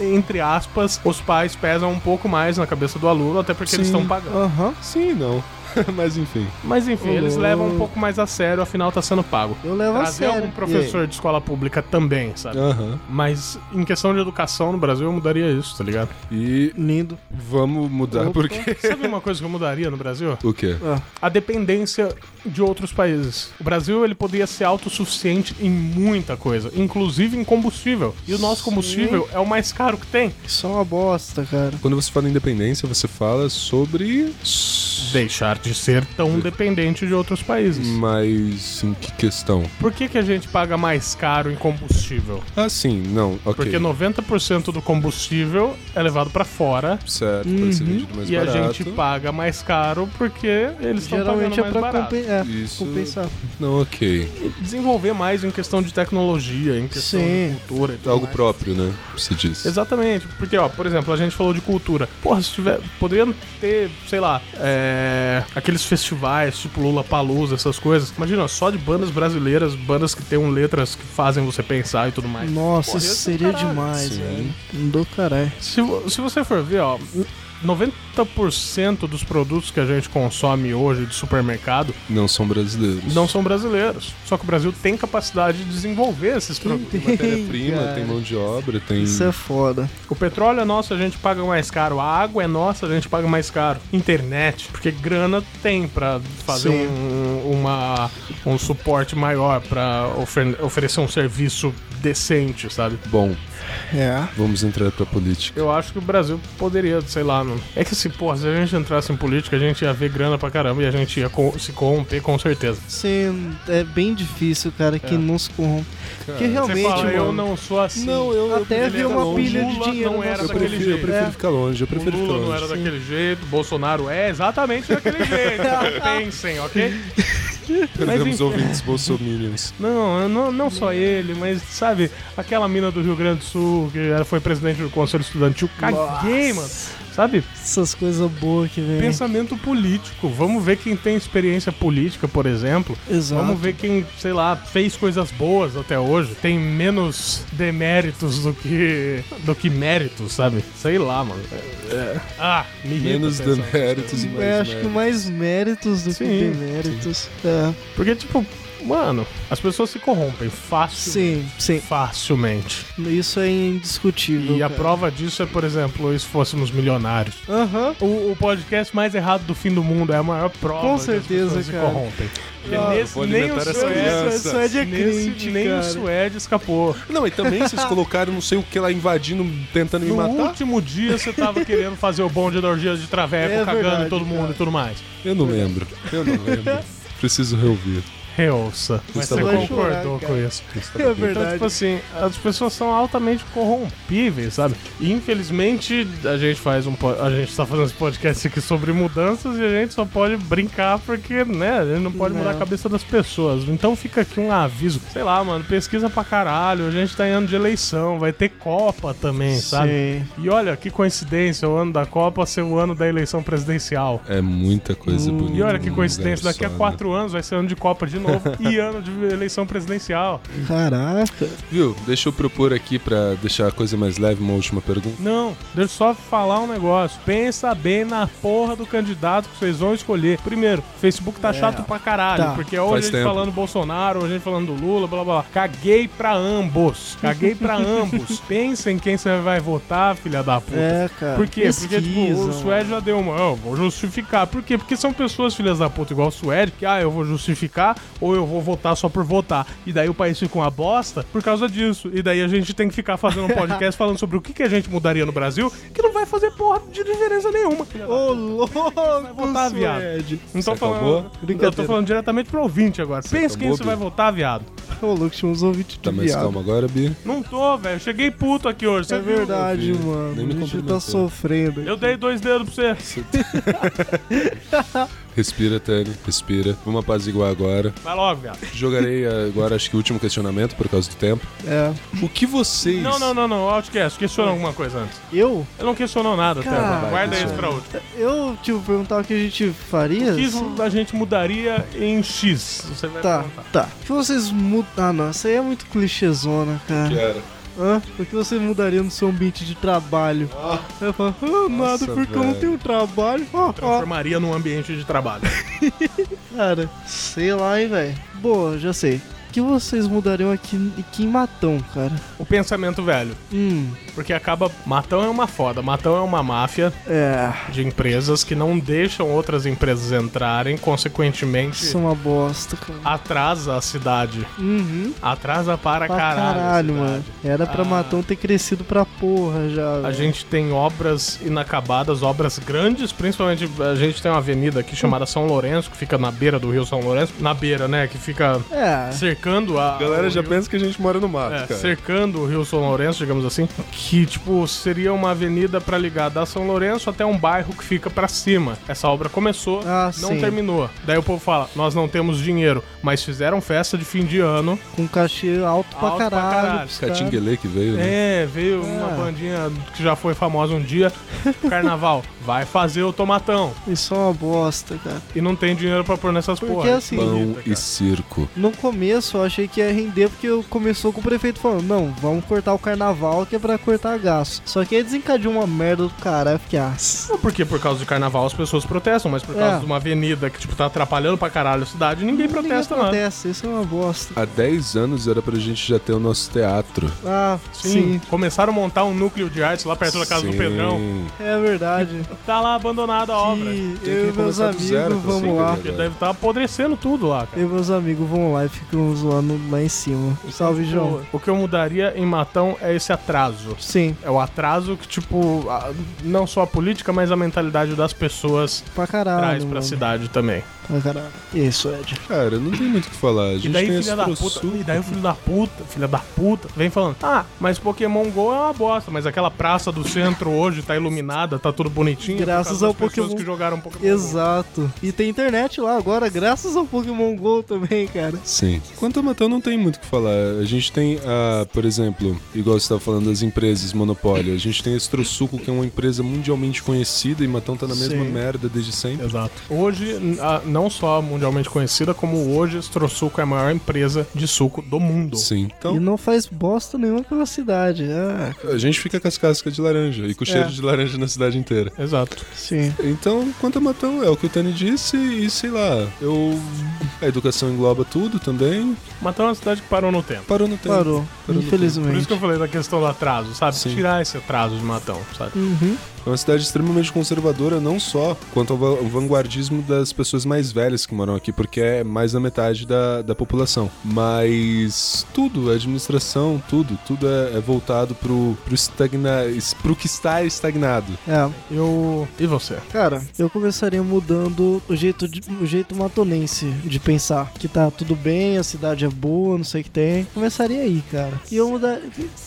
Speaker 1: entre aspas, os pais pesam um pouco mais na cabeça do aluno, até porque eles
Speaker 2: Sim.
Speaker 1: estão pagando.
Speaker 4: Aham.
Speaker 2: Sim, não. *laughs* Mas enfim.
Speaker 1: Mas enfim,
Speaker 4: Ô,
Speaker 1: eles levam um
Speaker 4: louco.
Speaker 1: pouco mais a sério, afinal tá sendo pago.
Speaker 4: Eu levo a
Speaker 1: Trazer
Speaker 4: sério.
Speaker 1: algum professor de escola pública também, sabe?
Speaker 2: Aham.
Speaker 1: Mas em questão de educação no Brasil, eu mudaria isso, tá ligado?
Speaker 2: E
Speaker 4: E aí? Lindo.
Speaker 2: vamos mudar
Speaker 4: Opa.
Speaker 2: porque.
Speaker 1: Sabe uma coisa que eu mudaria no Brasil?
Speaker 2: O quê?
Speaker 4: Ah,
Speaker 1: A dependência de outros países. O Brasil, ele poderia ser autossuficiente em muita coisa, inclusive em combustível. E o nosso combustível é o mais caro que tem.
Speaker 4: isso é uma bosta, cara.
Speaker 2: Quando você fala em independência, você fala sobre.
Speaker 1: Deixar de ser tão dependente de outros
Speaker 2: Hum.
Speaker 1: países.
Speaker 2: Mas em que questão?
Speaker 1: Por que, que a gente paga mais caro em combustível?
Speaker 2: Ah, sim, não, ok.
Speaker 1: Porque 90% do combustível é levado pra fora
Speaker 2: Certo, pode ser vendido mais
Speaker 1: Uhum. e
Speaker 2: barato.
Speaker 1: a gente paga mais caro porque eles estão pagando
Speaker 4: Geralmente é
Speaker 1: mais
Speaker 4: pra
Speaker 1: barato.
Speaker 4: compen- é,
Speaker 2: Isso-
Speaker 4: compensar.
Speaker 2: Não, ok.
Speaker 1: Desenvolver mais em questão de tecnologia, em questão
Speaker 4: Sim.
Speaker 1: de cultura. e tudo
Speaker 2: Algo
Speaker 1: mais.
Speaker 2: próprio, né? Você diz.
Speaker 1: Exatamente, porque, ó, por exemplo, a gente falou de cultura. Porra, se tiver. Poderiam ter, sei lá, é, aqueles festivais, tipo Lula Palusa, essas coisas. Imagina, só de bandas brasileiras, bandas que tem um letras que fazem você pensar e tudo mais.
Speaker 4: Nossa,
Speaker 1: Porra,
Speaker 4: isso
Speaker 1: esse é do
Speaker 4: seria
Speaker 1: caralho.
Speaker 4: demais,
Speaker 2: Sim.
Speaker 1: é.
Speaker 4: velho. Do caralho.
Speaker 1: Se, vo- se você for ver, ó, 90% dos produtos que a gente consome hoje de supermercado
Speaker 2: Não são brasileiros.
Speaker 1: não são brasileiros. Só que o Brasil tem capacidade de desenvolver esses produtos.
Speaker 2: Matéria-prima,
Speaker 4: cara.
Speaker 2: tem mão de obra, tem.
Speaker 4: Isso é foda.
Speaker 1: O petróleo é nosso, a gente paga mais caro. A água é nossa, a gente paga mais caro. Internet, porque grana tem pra fazer
Speaker 4: Sim.
Speaker 1: um, uma, um suporte maior, pra ofer- oferecer um serviço decente, sabe?
Speaker 2: Bom,
Speaker 4: É.
Speaker 2: vamos entrar pra política.
Speaker 1: Eu acho que o Brasil poderia, sei lá, não. É que se, porra, se a gente entrasse em política, a gente ia ver grana pra caramba e a gente ia co- se corromper com certeza.
Speaker 4: Sim, é bem difícil, cara, que
Speaker 1: É.
Speaker 4: não se corrompe. Porque realmente,
Speaker 1: Você fala,
Speaker 4: mano,
Speaker 1: eu não sou assim.
Speaker 2: Não, eu. eu
Speaker 4: Até
Speaker 2: prefiro
Speaker 4: havia
Speaker 2: ficar
Speaker 4: uma
Speaker 2: longe.
Speaker 4: pilha de
Speaker 1: Lula
Speaker 4: dinheiro
Speaker 1: não
Speaker 4: na
Speaker 1: era
Speaker 2: Eu
Speaker 4: nossa
Speaker 1: daquele
Speaker 2: prefiro, eu
Speaker 1: jeito.
Speaker 2: prefiro
Speaker 4: É.
Speaker 2: ficar longe, eu
Speaker 1: O
Speaker 2: prefiro ficar
Speaker 1: Lula não
Speaker 2: longe.
Speaker 1: era daquele jeito, Bolsonaro é exatamente daquele *laughs* jeito. Então pensem, ok?
Speaker 2: Perdemos
Speaker 1: enfim.
Speaker 2: ouvintes
Speaker 1: *laughs*
Speaker 2: bolsominions.
Speaker 1: Não, eu não, não só ele, mas sabe, aquela mina do Rio Grande do Sul que ela foi presidente do Conselho Estudantil, caguei, mano. Sabe?
Speaker 4: Essas coisas boas que vem.
Speaker 1: Pensamento político. Vamos ver quem tem experiência política, por exemplo.
Speaker 4: Exato.
Speaker 1: Vamos ver quem, sei lá, fez coisas boas até hoje. Tem menos deméritos do que do que méritos, sabe? Sei lá, mano. É, é. Ah, me irrita
Speaker 2: Menos
Speaker 1: pensar.
Speaker 2: deméritos e mais
Speaker 4: É, acho que
Speaker 2: méritos.
Speaker 4: mais méritos do que
Speaker 1: Sim,
Speaker 4: deméritos. É.
Speaker 1: Porque, tipo, mano, as pessoas se corrompem fácil.
Speaker 4: Sim, sim.
Speaker 1: Facilmente.
Speaker 4: Isso é indiscutível.
Speaker 1: E a
Speaker 4: cara.
Speaker 1: prova disso é, por exemplo, se fôssemos milionários.
Speaker 4: Aham.
Speaker 1: O, o podcast mais errado do fim do mundo é a maior prova.
Speaker 4: Com
Speaker 1: que as
Speaker 4: certeza,
Speaker 1: pessoas se
Speaker 4: cara.
Speaker 1: corrompem. Porque
Speaker 4: Ah,
Speaker 1: nesse,
Speaker 2: vou
Speaker 1: nem o
Speaker 2: alimentar essa
Speaker 1: Suede-
Speaker 2: criança.
Speaker 4: Isso é de
Speaker 1: nesse-
Speaker 4: crente,
Speaker 1: nem o
Speaker 4: cara.
Speaker 1: Suede escapou.
Speaker 2: Não, e também
Speaker 1: *laughs*
Speaker 2: vocês colocaram não sei o que lá invadindo, tentando
Speaker 1: No
Speaker 2: me matar.
Speaker 1: último dia você
Speaker 4: *laughs*
Speaker 1: tava querendo fazer o bonde da orgia de Traveco,
Speaker 4: É
Speaker 1: cagando
Speaker 4: verdade,
Speaker 1: em todo mundo
Speaker 4: cara.
Speaker 1: e tudo mais.
Speaker 2: Eu não lembro. Eu não
Speaker 1: *laughs*
Speaker 2: lembro. Preciso reouvir.
Speaker 1: Reouça. Mas
Speaker 2: Você
Speaker 1: você
Speaker 2: vai
Speaker 1: concordou
Speaker 4: chorar, cara.
Speaker 1: com isso.
Speaker 4: É
Speaker 1: Então,
Speaker 4: verdade.
Speaker 1: tipo assim, as pessoas são altamente corrompíveis, sabe? E, infelizmente, a gente faz um po- a gente tá fazendo esse podcast aqui sobre mudanças e a gente só pode brincar porque, né, a gente não pode mudar a
Speaker 4: Não.
Speaker 1: cabeça das pessoas. Então fica aqui um aviso, sei lá, mano, pesquisa pra caralho, a gente tá em ano de eleição, vai ter Copa também, sabe?
Speaker 4: Sim.
Speaker 1: E olha, que coincidência, o ano da Copa ser o ano da eleição presidencial.
Speaker 2: É muita coisa bonita.
Speaker 1: Hum, E olha que
Speaker 2: num
Speaker 1: coincidência,
Speaker 2: lugar
Speaker 1: daqui a
Speaker 2: só, né?
Speaker 1: quatro anos vai ser ano de Copa de
Speaker 4: *laughs*
Speaker 1: novo e ano de eleição presidencial.
Speaker 4: Caraca.
Speaker 2: Viu? Deixa eu propor aqui pra deixar a coisa mais leve uma última pergunta.
Speaker 1: Não, deixa eu só falar um negócio. Pensa bem na porra do candidato que vocês vão escolher. Primeiro, o Facebook tá chato pra caralho,
Speaker 4: Tá.
Speaker 1: porque ou a
Speaker 2: Faz
Speaker 1: gente
Speaker 2: tempo.
Speaker 1: falando Bolsonaro, ou a gente falando do Lula, blá blá blá. Caguei pra ambos. Caguei pra ambos. Pensa em quem você vai votar, filha da puta.
Speaker 4: É, cara.
Speaker 1: Por quê? Porque, tipo, o
Speaker 4: Pesquisa,
Speaker 1: Suede já deu uma. Eu vou justificar. Por quê? Porque são pessoas filhas da puta, igual o Suede, que, ah, eu vou justificar ou eu vou votar só por votar. E daí o país fica uma bosta por causa disso. E daí a gente tem que ficar fazendo um podcast falando sobre o que, que a gente mudaria no Brasil, que não vai fazer porra de diferença nenhuma. filha da
Speaker 4: Ô,
Speaker 1: puta.
Speaker 4: louco,
Speaker 1: votar, viado.
Speaker 4: Suede.
Speaker 1: Não tô
Speaker 2: Você acabou?
Speaker 1: falando. Eu tô
Speaker 4: Brincadeira.
Speaker 1: falando diretamente pro ouvinte agora. Pensa quem
Speaker 2: acabou,
Speaker 1: você vai
Speaker 2: Bi?
Speaker 1: votar, viado.
Speaker 4: Ô, louco, tinha uns ouvintes de
Speaker 2: Tá mais
Speaker 4: viado.
Speaker 2: calma agora, Bia?
Speaker 1: Não tô, velho. Cheguei puto aqui hoje. Você
Speaker 4: É
Speaker 1: viu?
Speaker 4: verdade,
Speaker 2: Eu vi.
Speaker 4: mano.
Speaker 2: Nem me
Speaker 4: A gente
Speaker 2: cumprimentou.
Speaker 4: tá sofrendo.
Speaker 1: Eu dei dois dedos pra você.
Speaker 2: tá-
Speaker 1: *laughs*
Speaker 2: Respira, Tânia, respira. Vamos apaziguar agora.
Speaker 1: Vai logo, viado.
Speaker 2: Jogarei agora, acho que o último questionamento por causa do tempo.
Speaker 4: É.
Speaker 2: O que vocês.
Speaker 1: Não, não, não, não. Outcast, questiona alguma coisa antes.
Speaker 4: Eu?
Speaker 1: Eu não questionou nada,
Speaker 4: Cara,
Speaker 1: Teva. Guarda isso
Speaker 2: vai,
Speaker 1: pra último.
Speaker 4: Eu, tipo, perguntar o que a gente faria?
Speaker 1: O que a gente mudaria em X? Você vai
Speaker 4: Tá,
Speaker 1: perguntar.
Speaker 4: tá. O que vocês mudam. Ah, não, isso aí é muito clichêzona, cara.
Speaker 2: Cara,
Speaker 4: Hã? O que você mudaria no seu ambiente de trabalho? Eu falo, ah, nada,
Speaker 2: Nossa,
Speaker 4: porque eu não
Speaker 2: velho.
Speaker 4: tenho trabalho. Ah, ah.
Speaker 1: Transformaria num ambiente de trabalho.
Speaker 4: Cara, sei lá, hein, velho. Boa, já sei. O que vocês mudariam aqui, aqui em Matão, cara?
Speaker 1: o pensamento velho.
Speaker 4: Hum,
Speaker 1: Porque acaba. Matão é uma foda. Matão é uma máfia
Speaker 4: é.
Speaker 1: de empresas que não deixam outras empresas entrarem, consequentemente.
Speaker 4: Isso é uma bosta,
Speaker 1: Ah,
Speaker 4: cara.
Speaker 1: Atrasa a cidade.
Speaker 4: Uhum.
Speaker 1: Atrasa para
Speaker 4: Pra
Speaker 1: caralho. a
Speaker 4: caralho,
Speaker 1: cidade.
Speaker 4: mano. Era pra
Speaker 1: Ah.
Speaker 4: Matão ter crescido pra porra já.
Speaker 1: A
Speaker 4: velho.
Speaker 1: gente tem obras inacabadas, obras grandes, principalmente a gente tem uma avenida aqui chamada São Lourenço, que fica na beira do Rio São Lourenço, na beira, né, que fica
Speaker 4: É.
Speaker 1: cercando a
Speaker 2: a galera
Speaker 1: o
Speaker 2: já
Speaker 1: Rio-
Speaker 2: pensa que a gente mora no mato,
Speaker 1: é,
Speaker 2: cara.
Speaker 1: cercando o Rio São Lourenço, digamos assim, que tipo seria uma avenida pra ligar da São Lourenço até um bairro que fica pra cima. Essa obra começou,
Speaker 4: Ah,
Speaker 1: não
Speaker 4: sim.
Speaker 1: terminou. Daí o povo fala: "Nós não temos dinheiro", mas fizeram festa de fim de ano.
Speaker 4: Com cachê alto, pra
Speaker 1: Alto pra
Speaker 4: caralho.
Speaker 1: caralho.
Speaker 4: pros caras.
Speaker 2: Catinguelê que veio, né?
Speaker 1: É, veio uma
Speaker 4: É.
Speaker 1: bandinha que já foi famosa um
Speaker 4: *laughs*
Speaker 1: dia, carnaval, vai fazer o tomatão
Speaker 4: Isso é uma bosta, cara.
Speaker 1: e não tem dinheiro pra pôr nessas
Speaker 4: Porque
Speaker 1: porra.
Speaker 4: assim,
Speaker 2: Pão
Speaker 1: Bonita, cara.
Speaker 2: e circo.
Speaker 4: No começo eu achei que ia render porque eu começou com o prefeito falando: não, vamos cortar o carnaval que é pra cortar gasto. Só que aí desencadeou uma merda do caralho. eu Fiquei, ah, s-
Speaker 1: Não porque por causa de carnaval as pessoas protestam, mas por causa
Speaker 4: É.
Speaker 1: de uma avenida que tipo tá atrapalhando pra caralho a cidade, ninguém protesta
Speaker 4: ninguém
Speaker 1: nada.
Speaker 4: acontece, isso é uma bosta.
Speaker 2: Há 10 anos era pra gente já ter o nosso teatro.
Speaker 4: Ah,
Speaker 1: Sim.
Speaker 4: sim,
Speaker 1: Começaram a montar um núcleo de artes lá perto da casa do
Speaker 2: Sim.
Speaker 1: Pedrão.
Speaker 4: é verdade.
Speaker 1: Tá lá abandonada a obra.
Speaker 4: E
Speaker 2: Tem
Speaker 4: eu
Speaker 2: que
Speaker 4: e meus
Speaker 2: começar do
Speaker 4: amigos
Speaker 2: zero, tá
Speaker 4: vamos
Speaker 2: assim,
Speaker 4: lá.
Speaker 2: galera.
Speaker 1: Porque deve estar tá apodrecendo tudo lá, cara.
Speaker 4: Eu e meus amigos vão lá e ficam zoando lá em cima. Salve, João.
Speaker 1: O que eu mudaria em Matão é esse atraso.
Speaker 4: Sim,
Speaker 1: É o atraso que, tipo, a- não só a política, mas a mentalidade das pessoas
Speaker 4: pra caralho.
Speaker 1: traz pra
Speaker 4: Ah, mano.
Speaker 1: cidade também.
Speaker 4: Pra caralho. Isso, Ed.
Speaker 2: Cara, não tem muito o que falar. A gente
Speaker 1: E daí,
Speaker 2: tem
Speaker 1: filha da
Speaker 2: esse
Speaker 1: puta,
Speaker 2: prossu-
Speaker 1: e daí o filho da puta, filha da puta, vem falando, ah, mas Pokémon GO é uma bosta, mas aquela praça do centro hoje tá iluminada, tá tudo bonitinho. por
Speaker 4: Graças
Speaker 1: causa das
Speaker 4: ao
Speaker 1: pessoas
Speaker 4: Pokémon.
Speaker 1: que jogaram Pokémon GO."
Speaker 4: Exato. E tem internet lá agora, graças ao Pokémon GO também, cara.
Speaker 2: Sim. Quanto a Matão não tem muito o que falar. A gente tem, ah, por exemplo, igual você estava falando das empresas, monopólio. A gente tem a Estrosuco, que é uma empresa mundialmente conhecida e Matão tá na mesma
Speaker 4: Sim.
Speaker 2: merda desde sempre.
Speaker 1: Exato. Hoje, n- a- não só mundialmente conhecida, como hoje, Estrosuco é a maior empresa de suco do mundo.
Speaker 2: Sim.
Speaker 4: E
Speaker 2: Então,
Speaker 4: não faz bosta nenhuma pela cidade. Ah,
Speaker 2: a gente fica com as cascas de laranja e com o cheiro
Speaker 4: É.
Speaker 2: de laranja na cidade inteira.
Speaker 1: Exato.
Speaker 4: sim.
Speaker 2: Então, quanto a Matão, é o que o Tani disse e sei lá, eu. A educação engloba tudo também.
Speaker 1: Matão é uma cidade que parou no tempo.
Speaker 2: Parou no tempo.
Speaker 4: Parou,
Speaker 2: Então, Parou no
Speaker 1: Por isso
Speaker 4: infelizmente.
Speaker 1: que eu falei da questão do atraso, sabe?
Speaker 2: Sim.
Speaker 1: Tirar esse atraso de Matão, sabe?
Speaker 4: Uhum.
Speaker 2: É uma cidade extremamente conservadora, não só quanto ao va- ao vanguardismo das pessoas mais velhas que moram aqui, porque é mais da metade da, da população. Mas tudo, a administração, tudo, tudo é, é voltado pro, pro, estagna, es- pro que está estagnado.
Speaker 4: É,
Speaker 1: Eu. E você?
Speaker 4: cara, eu começaria mudando o jeito, de- o jeito matonense de pensar. Que tá tudo bem, a cidade é boa, não sei o que tem. Começaria aí, cara. E eu mudar.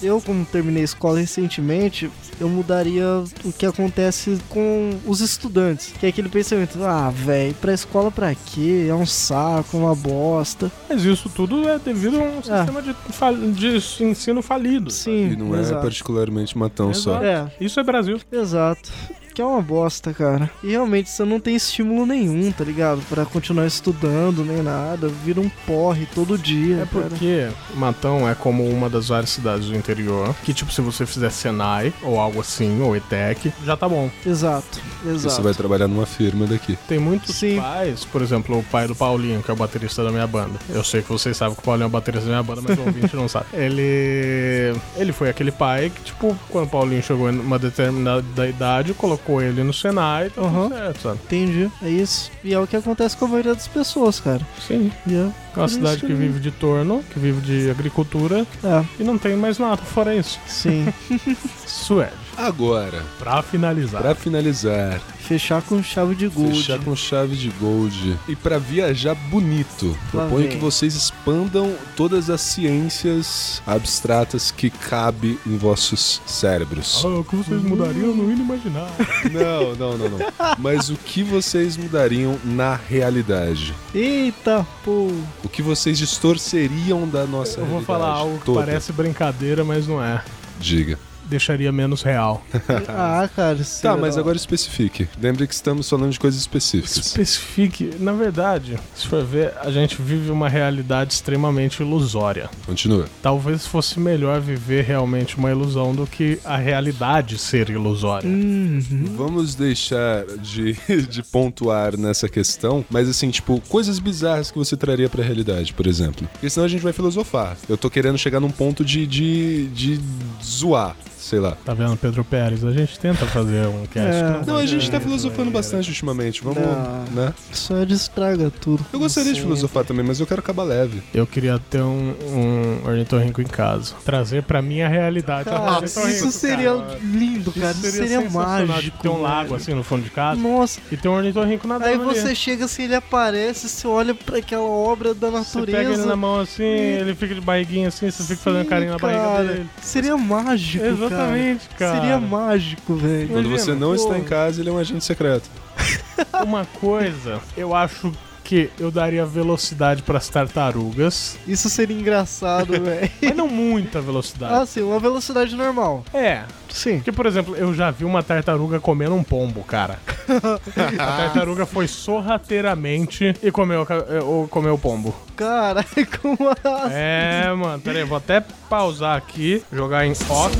Speaker 4: Eu, como terminei a escola recentemente, eu mudaria o que acontece com os estudantes. Que é aquele pensamento, ah, velho, pra escola pra quê? É um saco, uma bosta.
Speaker 1: Mas isso tudo é devido a um sistema de, fal- de ensino falido.
Speaker 4: Sim,
Speaker 2: E não é
Speaker 4: exato.
Speaker 2: particularmente matão só.
Speaker 1: Exato.
Speaker 4: É,
Speaker 1: Isso é Brasil.
Speaker 4: Exato. Que é uma bosta, cara. E realmente você não tem estímulo nenhum, tá ligado? Pra continuar estudando nem nada. Vira um porre todo
Speaker 1: É
Speaker 4: dia. cara.
Speaker 1: porque Matão é como uma das várias cidades do interior, que tipo, se você fizer Senai, ou algo assim, ou ETEC, já tá bom.
Speaker 4: Exato,
Speaker 2: Você
Speaker 4: exato.
Speaker 2: vai trabalhar numa firma daqui.
Speaker 1: Tem muitos
Speaker 4: Sim.
Speaker 1: pais, por exemplo, o pai do Paulinho, que é o baterista da minha banda. Eu sei que vocês sabem que o Paulinho é o baterista da minha banda, mas o ouvinte não sabe. *laughs* Ele. Ele foi aquele pai que, tipo, quando o Paulinho chegou em uma determinada idade, colocou ele no Senai, tá tudo
Speaker 4: Aham.
Speaker 1: certo, sabe?
Speaker 4: Entendi. É isso. E é o que acontece com a maioria das pessoas, cara.
Speaker 1: Sim.
Speaker 4: E é...
Speaker 1: É uma
Speaker 4: Por
Speaker 1: cidade
Speaker 4: isso
Speaker 1: que
Speaker 4: que-
Speaker 1: vive de torno, que vive de agricultura
Speaker 4: é,
Speaker 1: e não tem mais nada fora isso.
Speaker 4: sim.
Speaker 1: Suede.
Speaker 2: Agora,
Speaker 1: Pra finalizar.
Speaker 2: pra finalizar,
Speaker 4: Fechar com chave de gold.
Speaker 2: Fechar com chave de gold. E pra viajar bonito,
Speaker 4: Lá
Speaker 2: proponho
Speaker 4: vem.
Speaker 2: que vocês expandam todas as ciências abstratas que cabe em vossos
Speaker 1: *laughs*
Speaker 2: cérebros.
Speaker 1: Ah, o que vocês mudariam eu não ia imaginar.
Speaker 2: Não, não, não, não. Mas o que vocês mudariam na realidade?
Speaker 4: Eita, pô.
Speaker 2: O que vocês distorceriam da nossa
Speaker 1: Eu vou
Speaker 2: realidade
Speaker 1: falar algo que
Speaker 2: toda?
Speaker 1: parece brincadeira, mas não é.
Speaker 2: Diga.
Speaker 1: Deixaria menos real.
Speaker 4: ah, cara.
Speaker 2: Tá,
Speaker 4: será?
Speaker 2: mas agora especifique. Lembre que estamos falando de coisas específicas.
Speaker 1: Especifique. Na verdade, se for ver, a gente vive uma realidade extremamente ilusória.
Speaker 2: Continua.
Speaker 1: Talvez fosse melhor viver realmente uma ilusão do que a realidade ser ilusória.
Speaker 4: Uhum.
Speaker 2: Vamos deixar de, *laughs* de pontuar nessa questão, mas assim, tipo, coisas bizarras que você traria pra realidade, por exemplo. Porque senão a gente vai filosofar. Eu tô querendo chegar num ponto de, de, de zoar, sei lá.
Speaker 1: Tá vendo, Pedro Pérez? A gente tenta fazer um cast.
Speaker 4: É.
Speaker 1: que
Speaker 2: Não,
Speaker 1: vai
Speaker 2: a gente tá
Speaker 1: ter
Speaker 2: filosofando
Speaker 1: maneira.
Speaker 2: bastante ultimamente, vamos,
Speaker 4: Não.
Speaker 2: né?
Speaker 4: Só destraga tudo.
Speaker 2: Eu gostaria de
Speaker 4: Sim.
Speaker 2: filosofar também, mas eu quero acabar leve.
Speaker 1: Eu queria ter um, um ornitorrinco em casa. Trazer pra minha realidade. um
Speaker 4: Cara,
Speaker 1: ornitorrinco,
Speaker 4: isso seria
Speaker 1: cara.
Speaker 4: lindo, cara. Isso seria,
Speaker 1: sensacional de
Speaker 4: mágico.
Speaker 1: ter um lago
Speaker 4: velho.
Speaker 1: assim no fundo de casa
Speaker 4: Nossa,
Speaker 1: e ter um ornitorrinco nadando
Speaker 4: Aí
Speaker 1: ali.
Speaker 4: você chega assim, ele aparece, você olha pra aquela obra da
Speaker 1: Você pega ele
Speaker 4: natureza.
Speaker 1: na mão assim, ele fica de barriguinha assim, você fica fazendo
Speaker 4: Sim,
Speaker 1: carinho na
Speaker 4: cara.
Speaker 1: barriga dele.
Speaker 4: Seria mágico,
Speaker 1: Exatamente, cara.
Speaker 4: cara. Tipo, Seria mágico, velho.
Speaker 2: Quando
Speaker 1: Imagina,
Speaker 2: você não está
Speaker 1: porra.
Speaker 2: em casa, ele é um agente secreto.
Speaker 1: Uma coisa, eu acho que eu daria velocidade pras tartarugas,
Speaker 4: Isso seria engraçado, *laughs* velho.
Speaker 1: mas não muita velocidade.
Speaker 4: Assim, uma velocidade normal.
Speaker 1: É,
Speaker 4: Sim.
Speaker 1: porque por exemplo, eu já vi uma tartaruga comendo um pombo, cara. A tartaruga foi sorrateiramente e comeu, a ca- eh, ou comeu o pombo.
Speaker 4: Cara, *laughs* como assim?
Speaker 1: É, mano, peraí, vou até pausar aqui, jogar em off.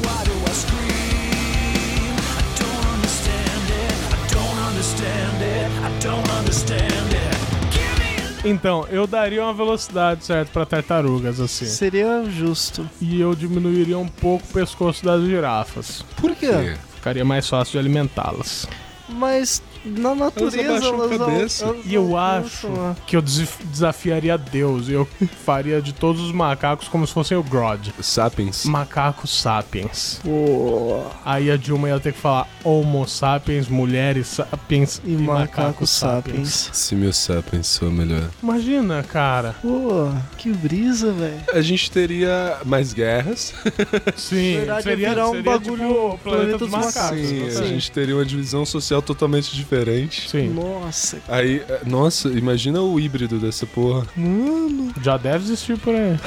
Speaker 1: Então, eu daria uma velocidade, certo, pra tartarugas, assim.
Speaker 4: Seria justo.
Speaker 1: E eu diminuiria um pouco o pescoço das girafas.
Speaker 4: Por quê?
Speaker 1: Ficaria mais fácil de alimentá-las.
Speaker 4: Mas na natureza
Speaker 2: Elas abaixam a
Speaker 4: elas al-
Speaker 2: cabeça.
Speaker 4: elas
Speaker 1: E eu acho
Speaker 4: alcançam a-
Speaker 1: que eu desaf- desafiaria Deus. E eu *laughs* faria de todos os macacos como se fossem o Grod.
Speaker 2: Sapiens.
Speaker 1: Macacos sapiens.
Speaker 4: Pô,
Speaker 1: Aí a Dilma ia ter que falar Homo sapiens, mulheres sapiens
Speaker 4: e macaco sapiens.
Speaker 2: Se meu sapiens sou melhor.
Speaker 1: Imagina, cara.
Speaker 4: Pô, que brisa, velho.
Speaker 2: A gente teria mais guerras.
Speaker 1: Sim,
Speaker 4: *laughs* Na verdade,
Speaker 1: seria,
Speaker 4: ia virar um
Speaker 1: seria,
Speaker 4: bagulho
Speaker 1: tipo, o planeta,
Speaker 4: Planeta
Speaker 1: dos
Speaker 4: dos assim.
Speaker 1: macacos.
Speaker 2: Sim, a
Speaker 1: Sim.
Speaker 2: gente teria uma divisão social totalmente diferente.
Speaker 1: Sim.
Speaker 4: Nossa,
Speaker 2: Aí, eh, nossa, imagina o híbrido dessa porra.
Speaker 4: mano.
Speaker 1: Já deve existir por
Speaker 4: *laughs*
Speaker 1: aí.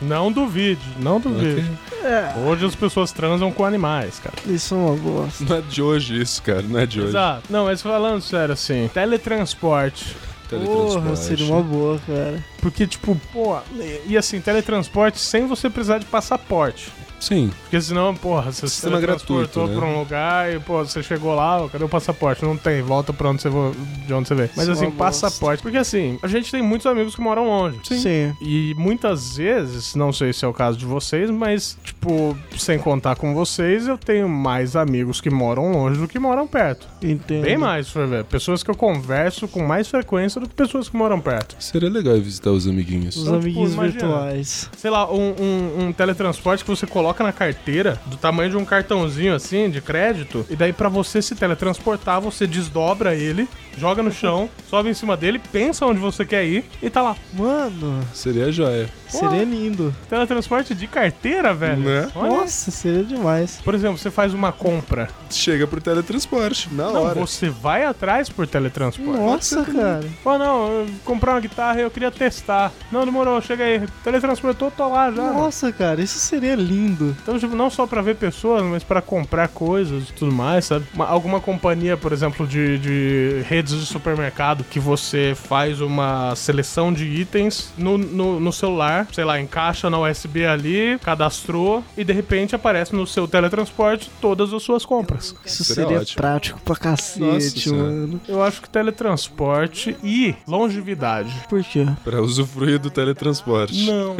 Speaker 1: Não duvide, não duvide.
Speaker 4: É,
Speaker 1: Hoje as pessoas transam com animais, cara.
Speaker 4: isso é uma bosta.
Speaker 2: Não é de hoje isso, cara, não é de hoje.
Speaker 1: Exato. Não, mas falando sério assim, teletransporte.
Speaker 2: Teletransporte.
Speaker 4: Porra, seria uma boa, cara.
Speaker 1: Porque, tipo, pô, e, e assim, teletransporte sem você precisar de passaporte.
Speaker 2: Sim,
Speaker 1: Porque senão, porra, você se
Speaker 2: Sistema
Speaker 1: teletransportou
Speaker 2: gratuito, né?
Speaker 1: pra um lugar e, pô, você chegou lá, ó, cadê o passaporte? Não tem, volta pra onde você vo- de onde você veio. Mas
Speaker 4: Isso é
Speaker 1: assim,
Speaker 4: uma bosta.
Speaker 1: passaporte. Porque assim, a gente tem muitos amigos que moram longe.
Speaker 4: Sim.
Speaker 1: E muitas vezes, não sei se é o caso de vocês, mas, tipo, sem contar com vocês, eu tenho mais amigos que moram longe do que moram perto.
Speaker 4: Entendo.
Speaker 1: Bem mais, se for ver. Pessoas que eu converso com mais frequência do que pessoas que moram perto.
Speaker 2: seria legal ir visitar os amiguinhos.
Speaker 4: Os
Speaker 1: Então, tipo,
Speaker 4: amiguinhos
Speaker 1: imagina.
Speaker 4: virtuais.
Speaker 1: Sei lá, um, um- um teletransporte que você coloca na carteira, do tamanho de um cartãozinho assim, de crédito, e daí pra você se teletransportar, você desdobra ele, joga no chão, sobe em cima dele, pensa onde você quer ir e tá lá.
Speaker 4: Mano,
Speaker 2: Seria joia.
Speaker 4: seria lindo.
Speaker 1: Teletransporte de carteira, velho.
Speaker 2: Né?
Speaker 1: Olha.
Speaker 4: Nossa, seria demais.
Speaker 1: Por exemplo, você faz uma compra
Speaker 2: Chega pro teletransporte, na
Speaker 1: Não,
Speaker 2: hora.
Speaker 1: você vai atrás por teletransporte.
Speaker 4: Nossa, cara.
Speaker 1: Pô, não, eu comprar uma guitarra e eu queria testar. Não, demorou, chega aí. Teletransportou, tô lá já. né?
Speaker 4: Nossa, cara, isso seria lindo.
Speaker 1: Então, tipo, não só pra ver pessoas, mas pra comprar coisas e tudo mais, sabe? Uma- alguma companhia, por exemplo, de, de redes de supermercado que você faz uma seleção de itens no, no, no celular, sei lá, encaixa na USB ali, cadastrou e de repente aparece no seu teletransporte todas as suas compras.
Speaker 4: Isso
Speaker 2: Seria
Speaker 4: seria,
Speaker 2: ótimo.
Speaker 4: prático pra
Speaker 2: Nossa
Speaker 4: cacete,
Speaker 2: Senhora.
Speaker 4: mano.
Speaker 1: Eu acho que teletransporte e longevidade
Speaker 4: Por quê?
Speaker 2: Pra usufruir do teletransporte.
Speaker 1: Não.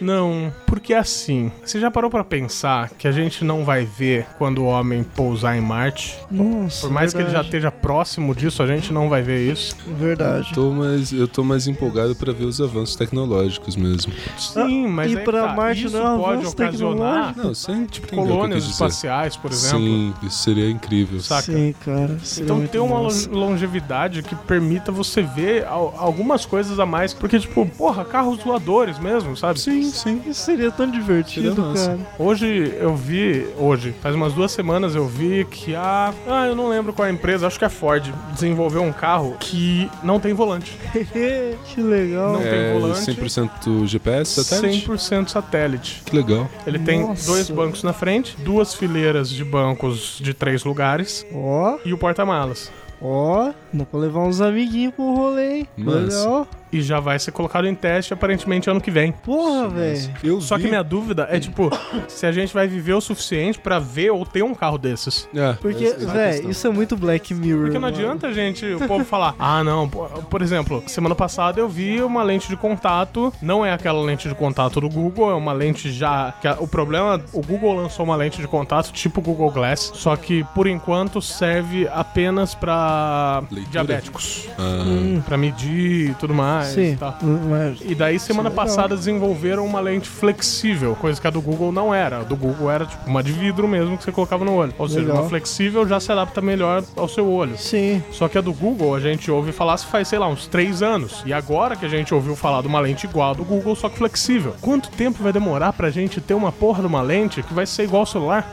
Speaker 1: não, porque assim, você já parou pra pensar que a gente não vai ver quando o homem pousar em Marte?
Speaker 4: Nossa.
Speaker 1: Por mais que ele já esteja próximo disso, a gente não vai ver isso.
Speaker 4: tenha. Verdade.
Speaker 2: Tô mais, eu tô mais empolgado pra ver os avanços tecnológicos mesmo.
Speaker 1: Sim, mas
Speaker 4: Ah, e
Speaker 1: aí
Speaker 4: pra
Speaker 1: tá,
Speaker 4: Marte
Speaker 1: isso
Speaker 4: não é
Speaker 1: pode
Speaker 4: avanço
Speaker 1: ocasionar
Speaker 4: tecnológico?
Speaker 2: Não, sem tipo
Speaker 1: colônias espaciais, por exemplo.
Speaker 2: Sim, isso seria incrível.
Speaker 1: Saca?
Speaker 4: Sim, cara. Seria
Speaker 1: Então
Speaker 4: muito
Speaker 1: ter uma
Speaker 4: massa.
Speaker 1: lon- longevidade que permita você ver al- algumas coisas a mais. Porque, tipo, porra, carros voadores mesmo, sabe?
Speaker 2: Sim, sim.
Speaker 4: Isso seria tão divertido,
Speaker 2: Seria massa.
Speaker 4: cara.
Speaker 1: Hoje eu vi, hoje, faz umas duas semanas eu vi que a. Ah, eu não lembro qual é a empresa, acho que é a Ford, desenvolveu um carro que não tem volante.
Speaker 4: *laughs* que legal.
Speaker 1: Não. tem
Speaker 2: É,
Speaker 1: volante.
Speaker 2: 100% GPS, satélite?
Speaker 1: 100% satélite.
Speaker 2: Que legal.
Speaker 1: Ele tem
Speaker 4: Nossa.
Speaker 1: dois bancos na frente, duas fileiras de bancos de três lugares
Speaker 4: Ó,
Speaker 1: e o porta-malas.
Speaker 4: ó. Dá pra levar uns amiguinhos pro rolê, hein?
Speaker 2: Massa.
Speaker 4: Legal.
Speaker 1: E já vai ser colocado em teste aparentemente ano que vem. é
Speaker 4: Porra, velho.
Speaker 2: Eu
Speaker 1: Só
Speaker 2: vi...
Speaker 1: que minha dúvida é, tipo, se a gente vai viver o suficiente pra ver ou ter um carro desses.
Speaker 2: É,
Speaker 4: Porque,
Speaker 2: essa é a
Speaker 4: velho,
Speaker 2: questão.
Speaker 4: isso é muito Black Mirror.
Speaker 1: Porque não
Speaker 4: mano.
Speaker 1: adianta, gente, o povo falar, *laughs* ah, não, po- por exemplo, semana passada eu vi uma lente de contato, não é aquela lente de contato do Google, é uma lente já. Que a- o problema, o Google lançou uma lente de contato tipo Google Glass, só que por enquanto serve apenas pra
Speaker 2: Leitura?
Speaker 1: diabéticos, Hum,
Speaker 2: Ah,
Speaker 1: pra medir e tudo mais.
Speaker 4: Sim,
Speaker 1: E tal.
Speaker 4: mas
Speaker 1: E daí, semana
Speaker 4: Isso é legal.
Speaker 1: passada, desenvolveram uma lente flexível, coisa que a do Google não era. A do Google era tipo uma de vidro mesmo que você colocava no olho. Ou seja,
Speaker 4: Legal.
Speaker 1: uma flexível já se adapta melhor ao seu olho.
Speaker 4: sim,
Speaker 1: Só que a do Google a gente ouve falar se faz, sei lá, uns três anos. E agora que a gente ouviu falar de uma lente igual a do Google, só que flexível. Quanto tempo vai demorar pra gente ter uma porra de uma lente que vai ser igual ao celular?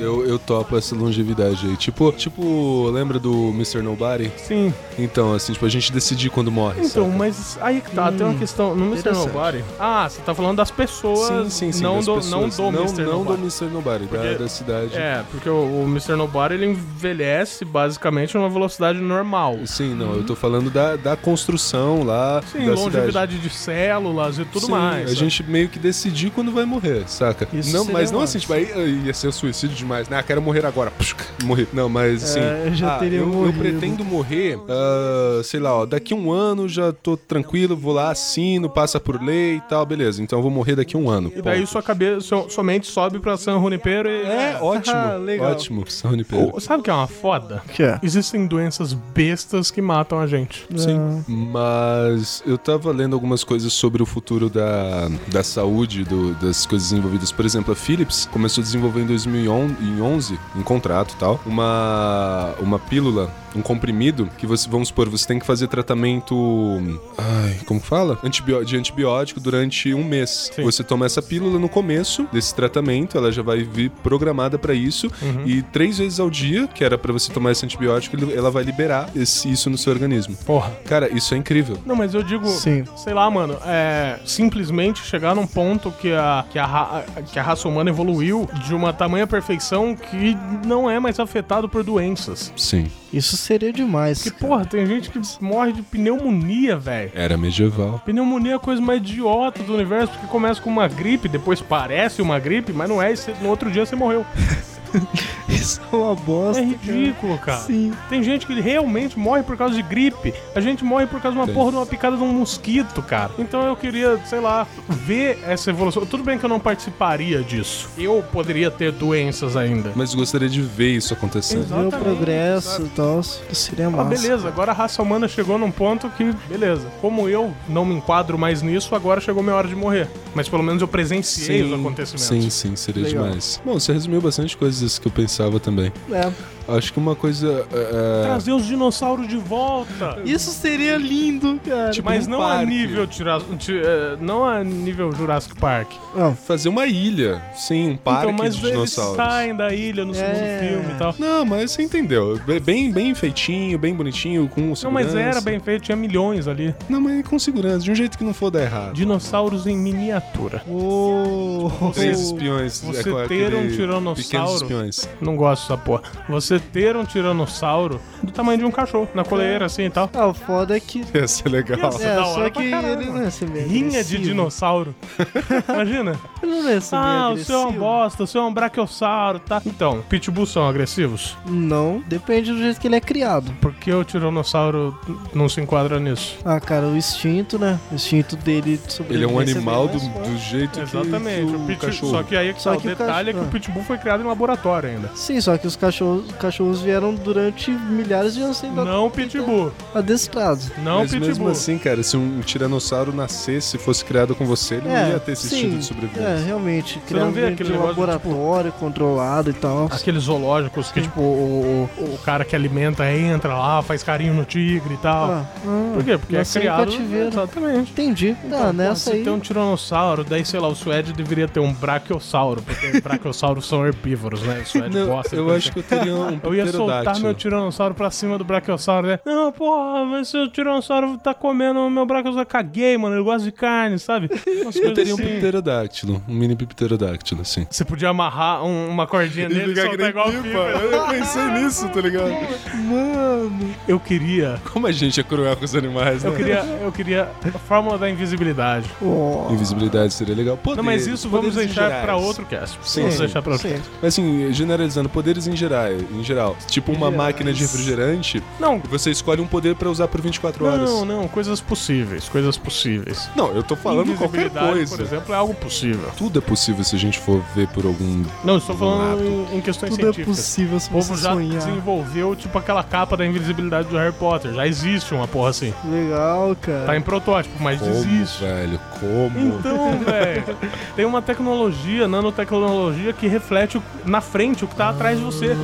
Speaker 2: eu, eu topo essa longevidade aí. Tipo, tipo, lembra do Mr. Nobody?
Speaker 1: Sim.
Speaker 2: Então, assim, tipo, a gente decidir quando morre.
Speaker 1: Então,
Speaker 2: saca?
Speaker 1: mas aí que tá,
Speaker 2: Hum,
Speaker 1: tem uma questão. No Mr.
Speaker 4: interessante.
Speaker 1: Nobody. Ah, você tá falando das pessoas.
Speaker 2: Sim, sim, sim.
Speaker 1: Não
Speaker 2: das
Speaker 1: do,
Speaker 2: pessoas.
Speaker 1: Não do Mr.
Speaker 2: Não
Speaker 1: Nobody.
Speaker 2: do Mr. Nobody, da,
Speaker 1: Porque-
Speaker 2: da cidade.
Speaker 1: É, porque o, o Mr. Nobody ele envelhece basicamente numa velocidade normal.
Speaker 2: Sim, não, eu tô falando da, da construção lá
Speaker 1: Sim,
Speaker 2: da cidade.
Speaker 1: longevidade de células e tudo
Speaker 2: Sim,
Speaker 1: mais. é.
Speaker 2: A
Speaker 1: sabe?
Speaker 2: gente meio que decidir quando vai morrer, saca?
Speaker 4: Isso
Speaker 2: não,
Speaker 4: seria
Speaker 2: mas não assim,
Speaker 4: massa.
Speaker 2: tipo, aí aí ia ser um suicídio demais. Né? Ah, quero morrer agora. Puxa, morri. Não,
Speaker 1: É,
Speaker 2: mas assim.
Speaker 4: é, eu já
Speaker 2: ah,
Speaker 4: teria
Speaker 2: eu, eu
Speaker 4: morrido.
Speaker 2: pretendo morrer, ah, sei lá, ó, daqui um ano já tô tranquilo, vou lá, assino, passa por lei e tal, beleza. Então eu vou morrer daqui um ano.
Speaker 1: E daí
Speaker 2: Ponto.
Speaker 1: sua cabeça, sua, sua mente sobe pra San Junipero e.
Speaker 2: É, ótimo.
Speaker 4: *laughs* Ah, legal.
Speaker 2: Ótimo. Sony Pedro.
Speaker 1: Ô, Sabe o que é uma foda?
Speaker 4: que é?
Speaker 1: Existem doenças bestas que matam a gente.
Speaker 4: Ah,
Speaker 2: Sim, mas eu tava lendo algumas coisas sobre o futuro da, da saúde, do- das coisas desenvolvidas. Por exemplo, a Philips começou a desenvolver em 2011, em contrato e tal, um uma, uma pílula, um comprimido, que você, vamos supor, você tem que fazer tratamento Ai, como fala? Antibió- de antibiótico durante um mês.
Speaker 1: Sim.
Speaker 2: Você toma essa pílula no começo desse tratamento, ela já vai vir programada pra isso. E três vezes ao dia, que era pra você tomar esse antibiótico, ele- ela vai liberar esse- isso no seu organismo.
Speaker 1: Porra.
Speaker 2: Cara, isso é incrível.
Speaker 1: Não, mas eu digo,
Speaker 4: Sim.
Speaker 1: sei lá, mano, é simplesmente chegar num ponto que a, que, a, ra- que a raça humana evoluiu de uma tamanha perfeição que não é mais afetado por doenças.
Speaker 2: Sim,
Speaker 4: Isso seria demais.
Speaker 1: Que
Speaker 4: cara.
Speaker 1: porra, tem gente que morre de pneumonia, velho.
Speaker 2: era medieval.
Speaker 1: Pneumonia é a coisa mais idiota do universo, porque começa com uma gripe, depois parece uma gripe, mas não é, e você- no outro dia você morreu.
Speaker 4: *laughs* Isso é uma bosta.
Speaker 1: É ridículo, cara.
Speaker 4: Sim.
Speaker 1: Tem gente que realmente morre por causa de gripe. A gente morre por causa de uma
Speaker 2: Tem.
Speaker 1: porra de uma picada de um mosquito, cara. Então eu queria, sei lá, ver essa evolução. Tudo bem que eu não participaria disso. Eu poderia ter doenças ainda.
Speaker 2: Mas gostaria de ver isso acontecendo.
Speaker 1: Exato.
Speaker 4: Meu
Speaker 1: Exatamente,
Speaker 4: progresso e tal. isso Seria
Speaker 1: Ah,
Speaker 4: massa.
Speaker 1: beleza, agora a raça humana chegou num ponto que, beleza, como eu não me enquadro mais nisso, agora chegou minha hora de morrer. Mas pelo menos eu presenciei os acontecimentos.
Speaker 2: sim, sim, seria
Speaker 4: Legal.
Speaker 2: demais. Bom, você resumiu bastante coisas que eu pensava também.
Speaker 4: É.
Speaker 2: Acho que uma coisa. é,
Speaker 1: Trazer os dinossauros de volta.
Speaker 4: Isso seria lindo, cara.
Speaker 2: Tipo,
Speaker 1: Mas
Speaker 2: num
Speaker 1: não a
Speaker 2: parque.
Speaker 1: nível tira- ti- eh, não a nível Jurassic Park.
Speaker 4: Não,
Speaker 2: fazer uma ilha. Sim, um parque
Speaker 1: então, mas
Speaker 2: de
Speaker 1: eles
Speaker 2: dinossauros.
Speaker 1: saem da ilha no segundo
Speaker 4: É.
Speaker 1: filme e tal.
Speaker 2: Não, mas você entendeu. Be- Bem, bem feitinho, bem bonitinho, com segurança.
Speaker 1: Não, mas era bem feito, tinha milhões ali.
Speaker 2: Não, mas com segurança, de um jeito que não for dar errado.
Speaker 1: Dinossauros em miniatura.
Speaker 4: Uou.
Speaker 2: Três espiões. é
Speaker 1: Você
Speaker 2: com
Speaker 1: ter um
Speaker 2: aquele
Speaker 1: tiranossauro.
Speaker 2: Pequenos espiões. *laughs*
Speaker 1: Não gosto dessa porra. Você ter um tiranossauro do tamanho de um cachorro, na coleira assim e tal.
Speaker 4: Ah, o foda é que.
Speaker 2: Ia ser legal.
Speaker 1: Nossa,
Speaker 4: é,
Speaker 1: da hora
Speaker 4: só
Speaker 1: pra
Speaker 4: que
Speaker 1: caralho,
Speaker 4: ele não
Speaker 1: mano.
Speaker 4: ia ser meio
Speaker 1: Rinha de
Speaker 4: agressivo. *laughs*
Speaker 1: dinossauro. Imagina.
Speaker 4: Ele não ia ser meio
Speaker 1: Ah, o seu é um
Speaker 4: agressivo.
Speaker 1: bosta, o seu é um braquiossauro, tá? Então, pitbulls são agressivos?
Speaker 4: Não, depende do jeito que ele é criado.
Speaker 1: Por que o tiranossauro não se enquadra nisso?
Speaker 4: Ah, cara, o instinto, né? O instinto dele de
Speaker 2: Ele é um
Speaker 4: sobrevivência
Speaker 2: animal do,
Speaker 4: bem mais forte.
Speaker 2: do jeito
Speaker 1: Exatamente.
Speaker 2: que
Speaker 1: O
Speaker 2: o
Speaker 1: pit...
Speaker 2: cachorro.
Speaker 1: Só que aí é que
Speaker 4: Só
Speaker 1: tá,
Speaker 4: que
Speaker 1: o
Speaker 4: o
Speaker 1: detalhe é
Speaker 4: cachorro-
Speaker 1: que o pitbull foi criado em laboratório ainda.
Speaker 4: Sim, só que os cachorros, cachorros vieram durante milhares de anos sendo
Speaker 1: Não pitbull.
Speaker 4: adestrados.
Speaker 1: Não
Speaker 2: Mas mesmo
Speaker 1: pitbull.
Speaker 2: assim, cara, se um tiranossauro nascesse e fosse criado com você, ele não ia ter esse
Speaker 4: É, sim,
Speaker 2: instinto de sobrevivência.
Speaker 4: É, realmente. Criar
Speaker 1: não
Speaker 4: um
Speaker 1: vê
Speaker 4: ambiente
Speaker 1: aquele
Speaker 4: de
Speaker 1: negócio tipo, de,
Speaker 4: laboratório controlado e tal.
Speaker 1: Aqueles zoológicos que, tipo, o, o, o cara que alimenta entra lá, faz carinho no tigre e tal.
Speaker 4: Ah, ah,
Speaker 1: Por quê? Porque é
Speaker 4: nasceu em
Speaker 1: criado...
Speaker 4: cativeiro.
Speaker 1: Exatamente.
Speaker 4: Entendi.
Speaker 1: Então,
Speaker 2: Ah,
Speaker 4: tá, nessa
Speaker 1: se
Speaker 4: aí.
Speaker 1: tem um tiranossauro, daí, sei lá, o Suede deveria ter um braquiossauro,
Speaker 2: *laughs*
Speaker 1: porque braquiosauros são herbívoros, né? O Suede
Speaker 2: Não,
Speaker 1: gosta de
Speaker 2: eu
Speaker 1: coisa assim.
Speaker 2: acho que eu teria um
Speaker 1: *laughs* Eu ia soltar
Speaker 2: pterodáctilo.
Speaker 1: meu tiranossauro pra cima do braquiossauro, né? Não, porra, mas se o tiranossauro tá comendo o meu braquiossauro, caguei, mano, ele gosta de carne, sabe? Umas
Speaker 2: Eu
Speaker 1: coisas
Speaker 2: teria um
Speaker 1: assim.
Speaker 2: pterodáctilo, um mini pterodáctilo, assim.
Speaker 1: Você podia amarrar um- uma cordinha nele e soltar igual o pipa.
Speaker 2: Eu pensei nisso, tá ligado?
Speaker 4: Mano.
Speaker 1: Eu queria,
Speaker 2: Como a gente é cruel com os animais, né?
Speaker 1: eu queria, eu queria a fórmula da invisibilidade.
Speaker 4: ó,
Speaker 1: tipo,
Speaker 2: Invisibilidade seria legal.
Speaker 1: Não, mas
Speaker 2: Poderes,
Speaker 1: isso vamos
Speaker 2: poderes em
Speaker 1: deixar
Speaker 2: gerais.
Speaker 1: pra outro cast.
Speaker 2: Sim,
Speaker 1: vamos
Speaker 2: sim,
Speaker 1: deixar pra outro
Speaker 4: sim.
Speaker 1: cast.
Speaker 2: Mas assim, generalizando, poderes em geral, em geral. Tipo uma
Speaker 4: Gerais.
Speaker 2: máquina de refrigerante,
Speaker 1: Não,
Speaker 2: você escolhe um poder pra usar por 24 horas.
Speaker 1: não, não, coisas possíveis, coisas possíveis.
Speaker 2: Não, eu tô falando qualquer
Speaker 1: Invisibilidade,
Speaker 2: coisa.
Speaker 1: por exemplo, é algo possível.
Speaker 2: Tudo é possível se a gente for ver por algum.
Speaker 1: Não, estou falando
Speaker 2: Lado.
Speaker 1: em, em questões
Speaker 4: Tudo é
Speaker 1: científicas.
Speaker 4: possível se
Speaker 1: O povo
Speaker 4: você
Speaker 1: já
Speaker 4: sonhar.
Speaker 1: desenvolveu, tipo, aquela capa da invisibilidade do Harry Potter. Já existe uma porra assim.
Speaker 4: Legal,
Speaker 1: Tá
Speaker 4: cara.
Speaker 1: em protótipo, mas
Speaker 2: Como,
Speaker 1: existe.
Speaker 2: velho? Como?
Speaker 1: Então, velho, tem uma tecnologia, nanotecnologia, que reflete o- na frente o que tá atrás de você.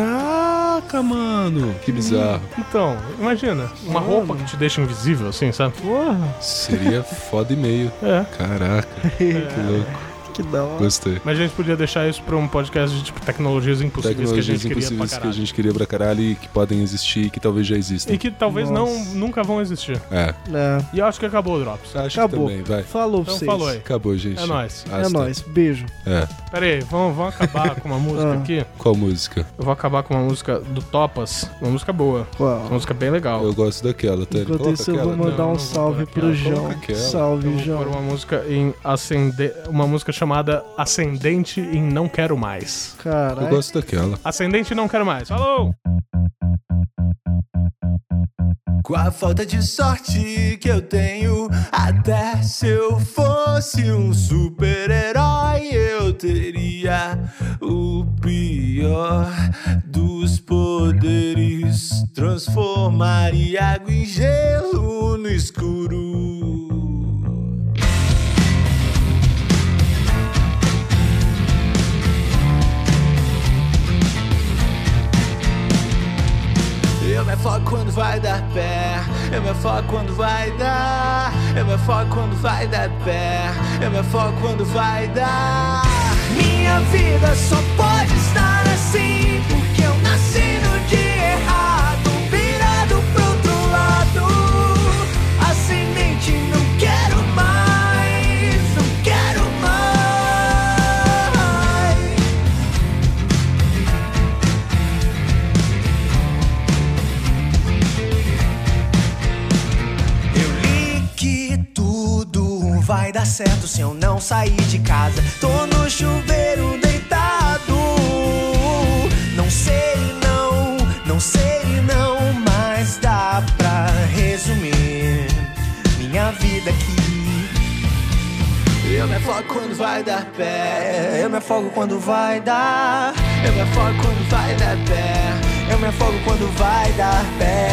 Speaker 2: Caraca, mano! Que bizarro.
Speaker 1: Então, imagina, uma
Speaker 4: Mano.
Speaker 1: roupa que te deixa invisível, assim, sabe?
Speaker 4: Porra,
Speaker 2: Seria foda e meio.
Speaker 1: *laughs* É.
Speaker 2: Caraca, que louco.
Speaker 4: que da hora.
Speaker 2: Gostei.
Speaker 1: Mas a gente podia deixar isso pra um podcast de tipo, tecnologias impossíveis
Speaker 2: Tecnologias
Speaker 1: que a gente queria pra
Speaker 2: impossíveis que a
Speaker 1: caralho.
Speaker 2: gente queria pra caralho e que podem existir e que talvez já
Speaker 1: E
Speaker 2: existam.
Speaker 1: que talvez
Speaker 4: Nossa.
Speaker 1: não nunca vão existir.
Speaker 2: É.
Speaker 4: É.
Speaker 1: E eu acho que acabou o Drops.
Speaker 2: Acho
Speaker 4: Acabou.
Speaker 2: que também, vai.
Speaker 4: Falou pra
Speaker 1: Então
Speaker 4: vocês.
Speaker 1: falou aí.
Speaker 2: Acabou, gente.
Speaker 1: É nóis.
Speaker 4: É
Speaker 2: Hasta.
Speaker 4: nóis. Beijo.
Speaker 2: É.
Speaker 1: Pera aí, vamos, vamos acabar
Speaker 2: *laughs*
Speaker 1: com uma música
Speaker 4: Ah.
Speaker 1: aqui.
Speaker 2: Qual música?
Speaker 1: Eu vou acabar com uma música do Topas. Uma música boa. Uma
Speaker 4: Qual?
Speaker 1: música bem legal.
Speaker 2: Ah. Eu gosto daquela, tá?
Speaker 4: Enquanto
Speaker 2: Coloca
Speaker 4: isso, eu
Speaker 2: aquela.
Speaker 4: vou mandar
Speaker 1: Não, não
Speaker 4: um
Speaker 1: vou
Speaker 4: salve
Speaker 1: pôr
Speaker 4: pro
Speaker 1: aquela.
Speaker 4: João.
Speaker 2: Coloca aquela.
Speaker 1: Eu
Speaker 4: Salve,
Speaker 1: vou pôr
Speaker 4: João.
Speaker 1: uma música em ascender, uma música chamada Ascendente em Não Quero Mais.
Speaker 2: Eu
Speaker 4: Caralho.
Speaker 2: gosto daquela.
Speaker 1: Ascendente em Não Quero Mais. Falou!
Speaker 5: Com a falta de sorte que eu tenho, até se eu fosse um super-herói, eu teria o pior dos poderes. Transformaria água em gelo no escuro. Eu me afogo quando vai dar pé. Eu me afogo quando vai dar. Eu me afogo quando vai dar pé. Eu me afogo quando vai dar. Minha vida só pode estar assim. Porque eu nasci no dia errado. Virado pro outro lado. A semente não quero mais. Não quero mais. Eu li que tudo vai dar certo se eu não sair de casa. Tô no chuveiro deitado. Não sei não, não sei não, mas dá pra resumir minha vida aqui. Eu me afogo quando vai dar pé. Eu me afogo quando vai dar. Eu me afogo quando vai dar pé. Eu me afogo quando vai dar pé.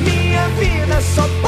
Speaker 5: Minha vida só pode assim, assim, assim, assim, Assim,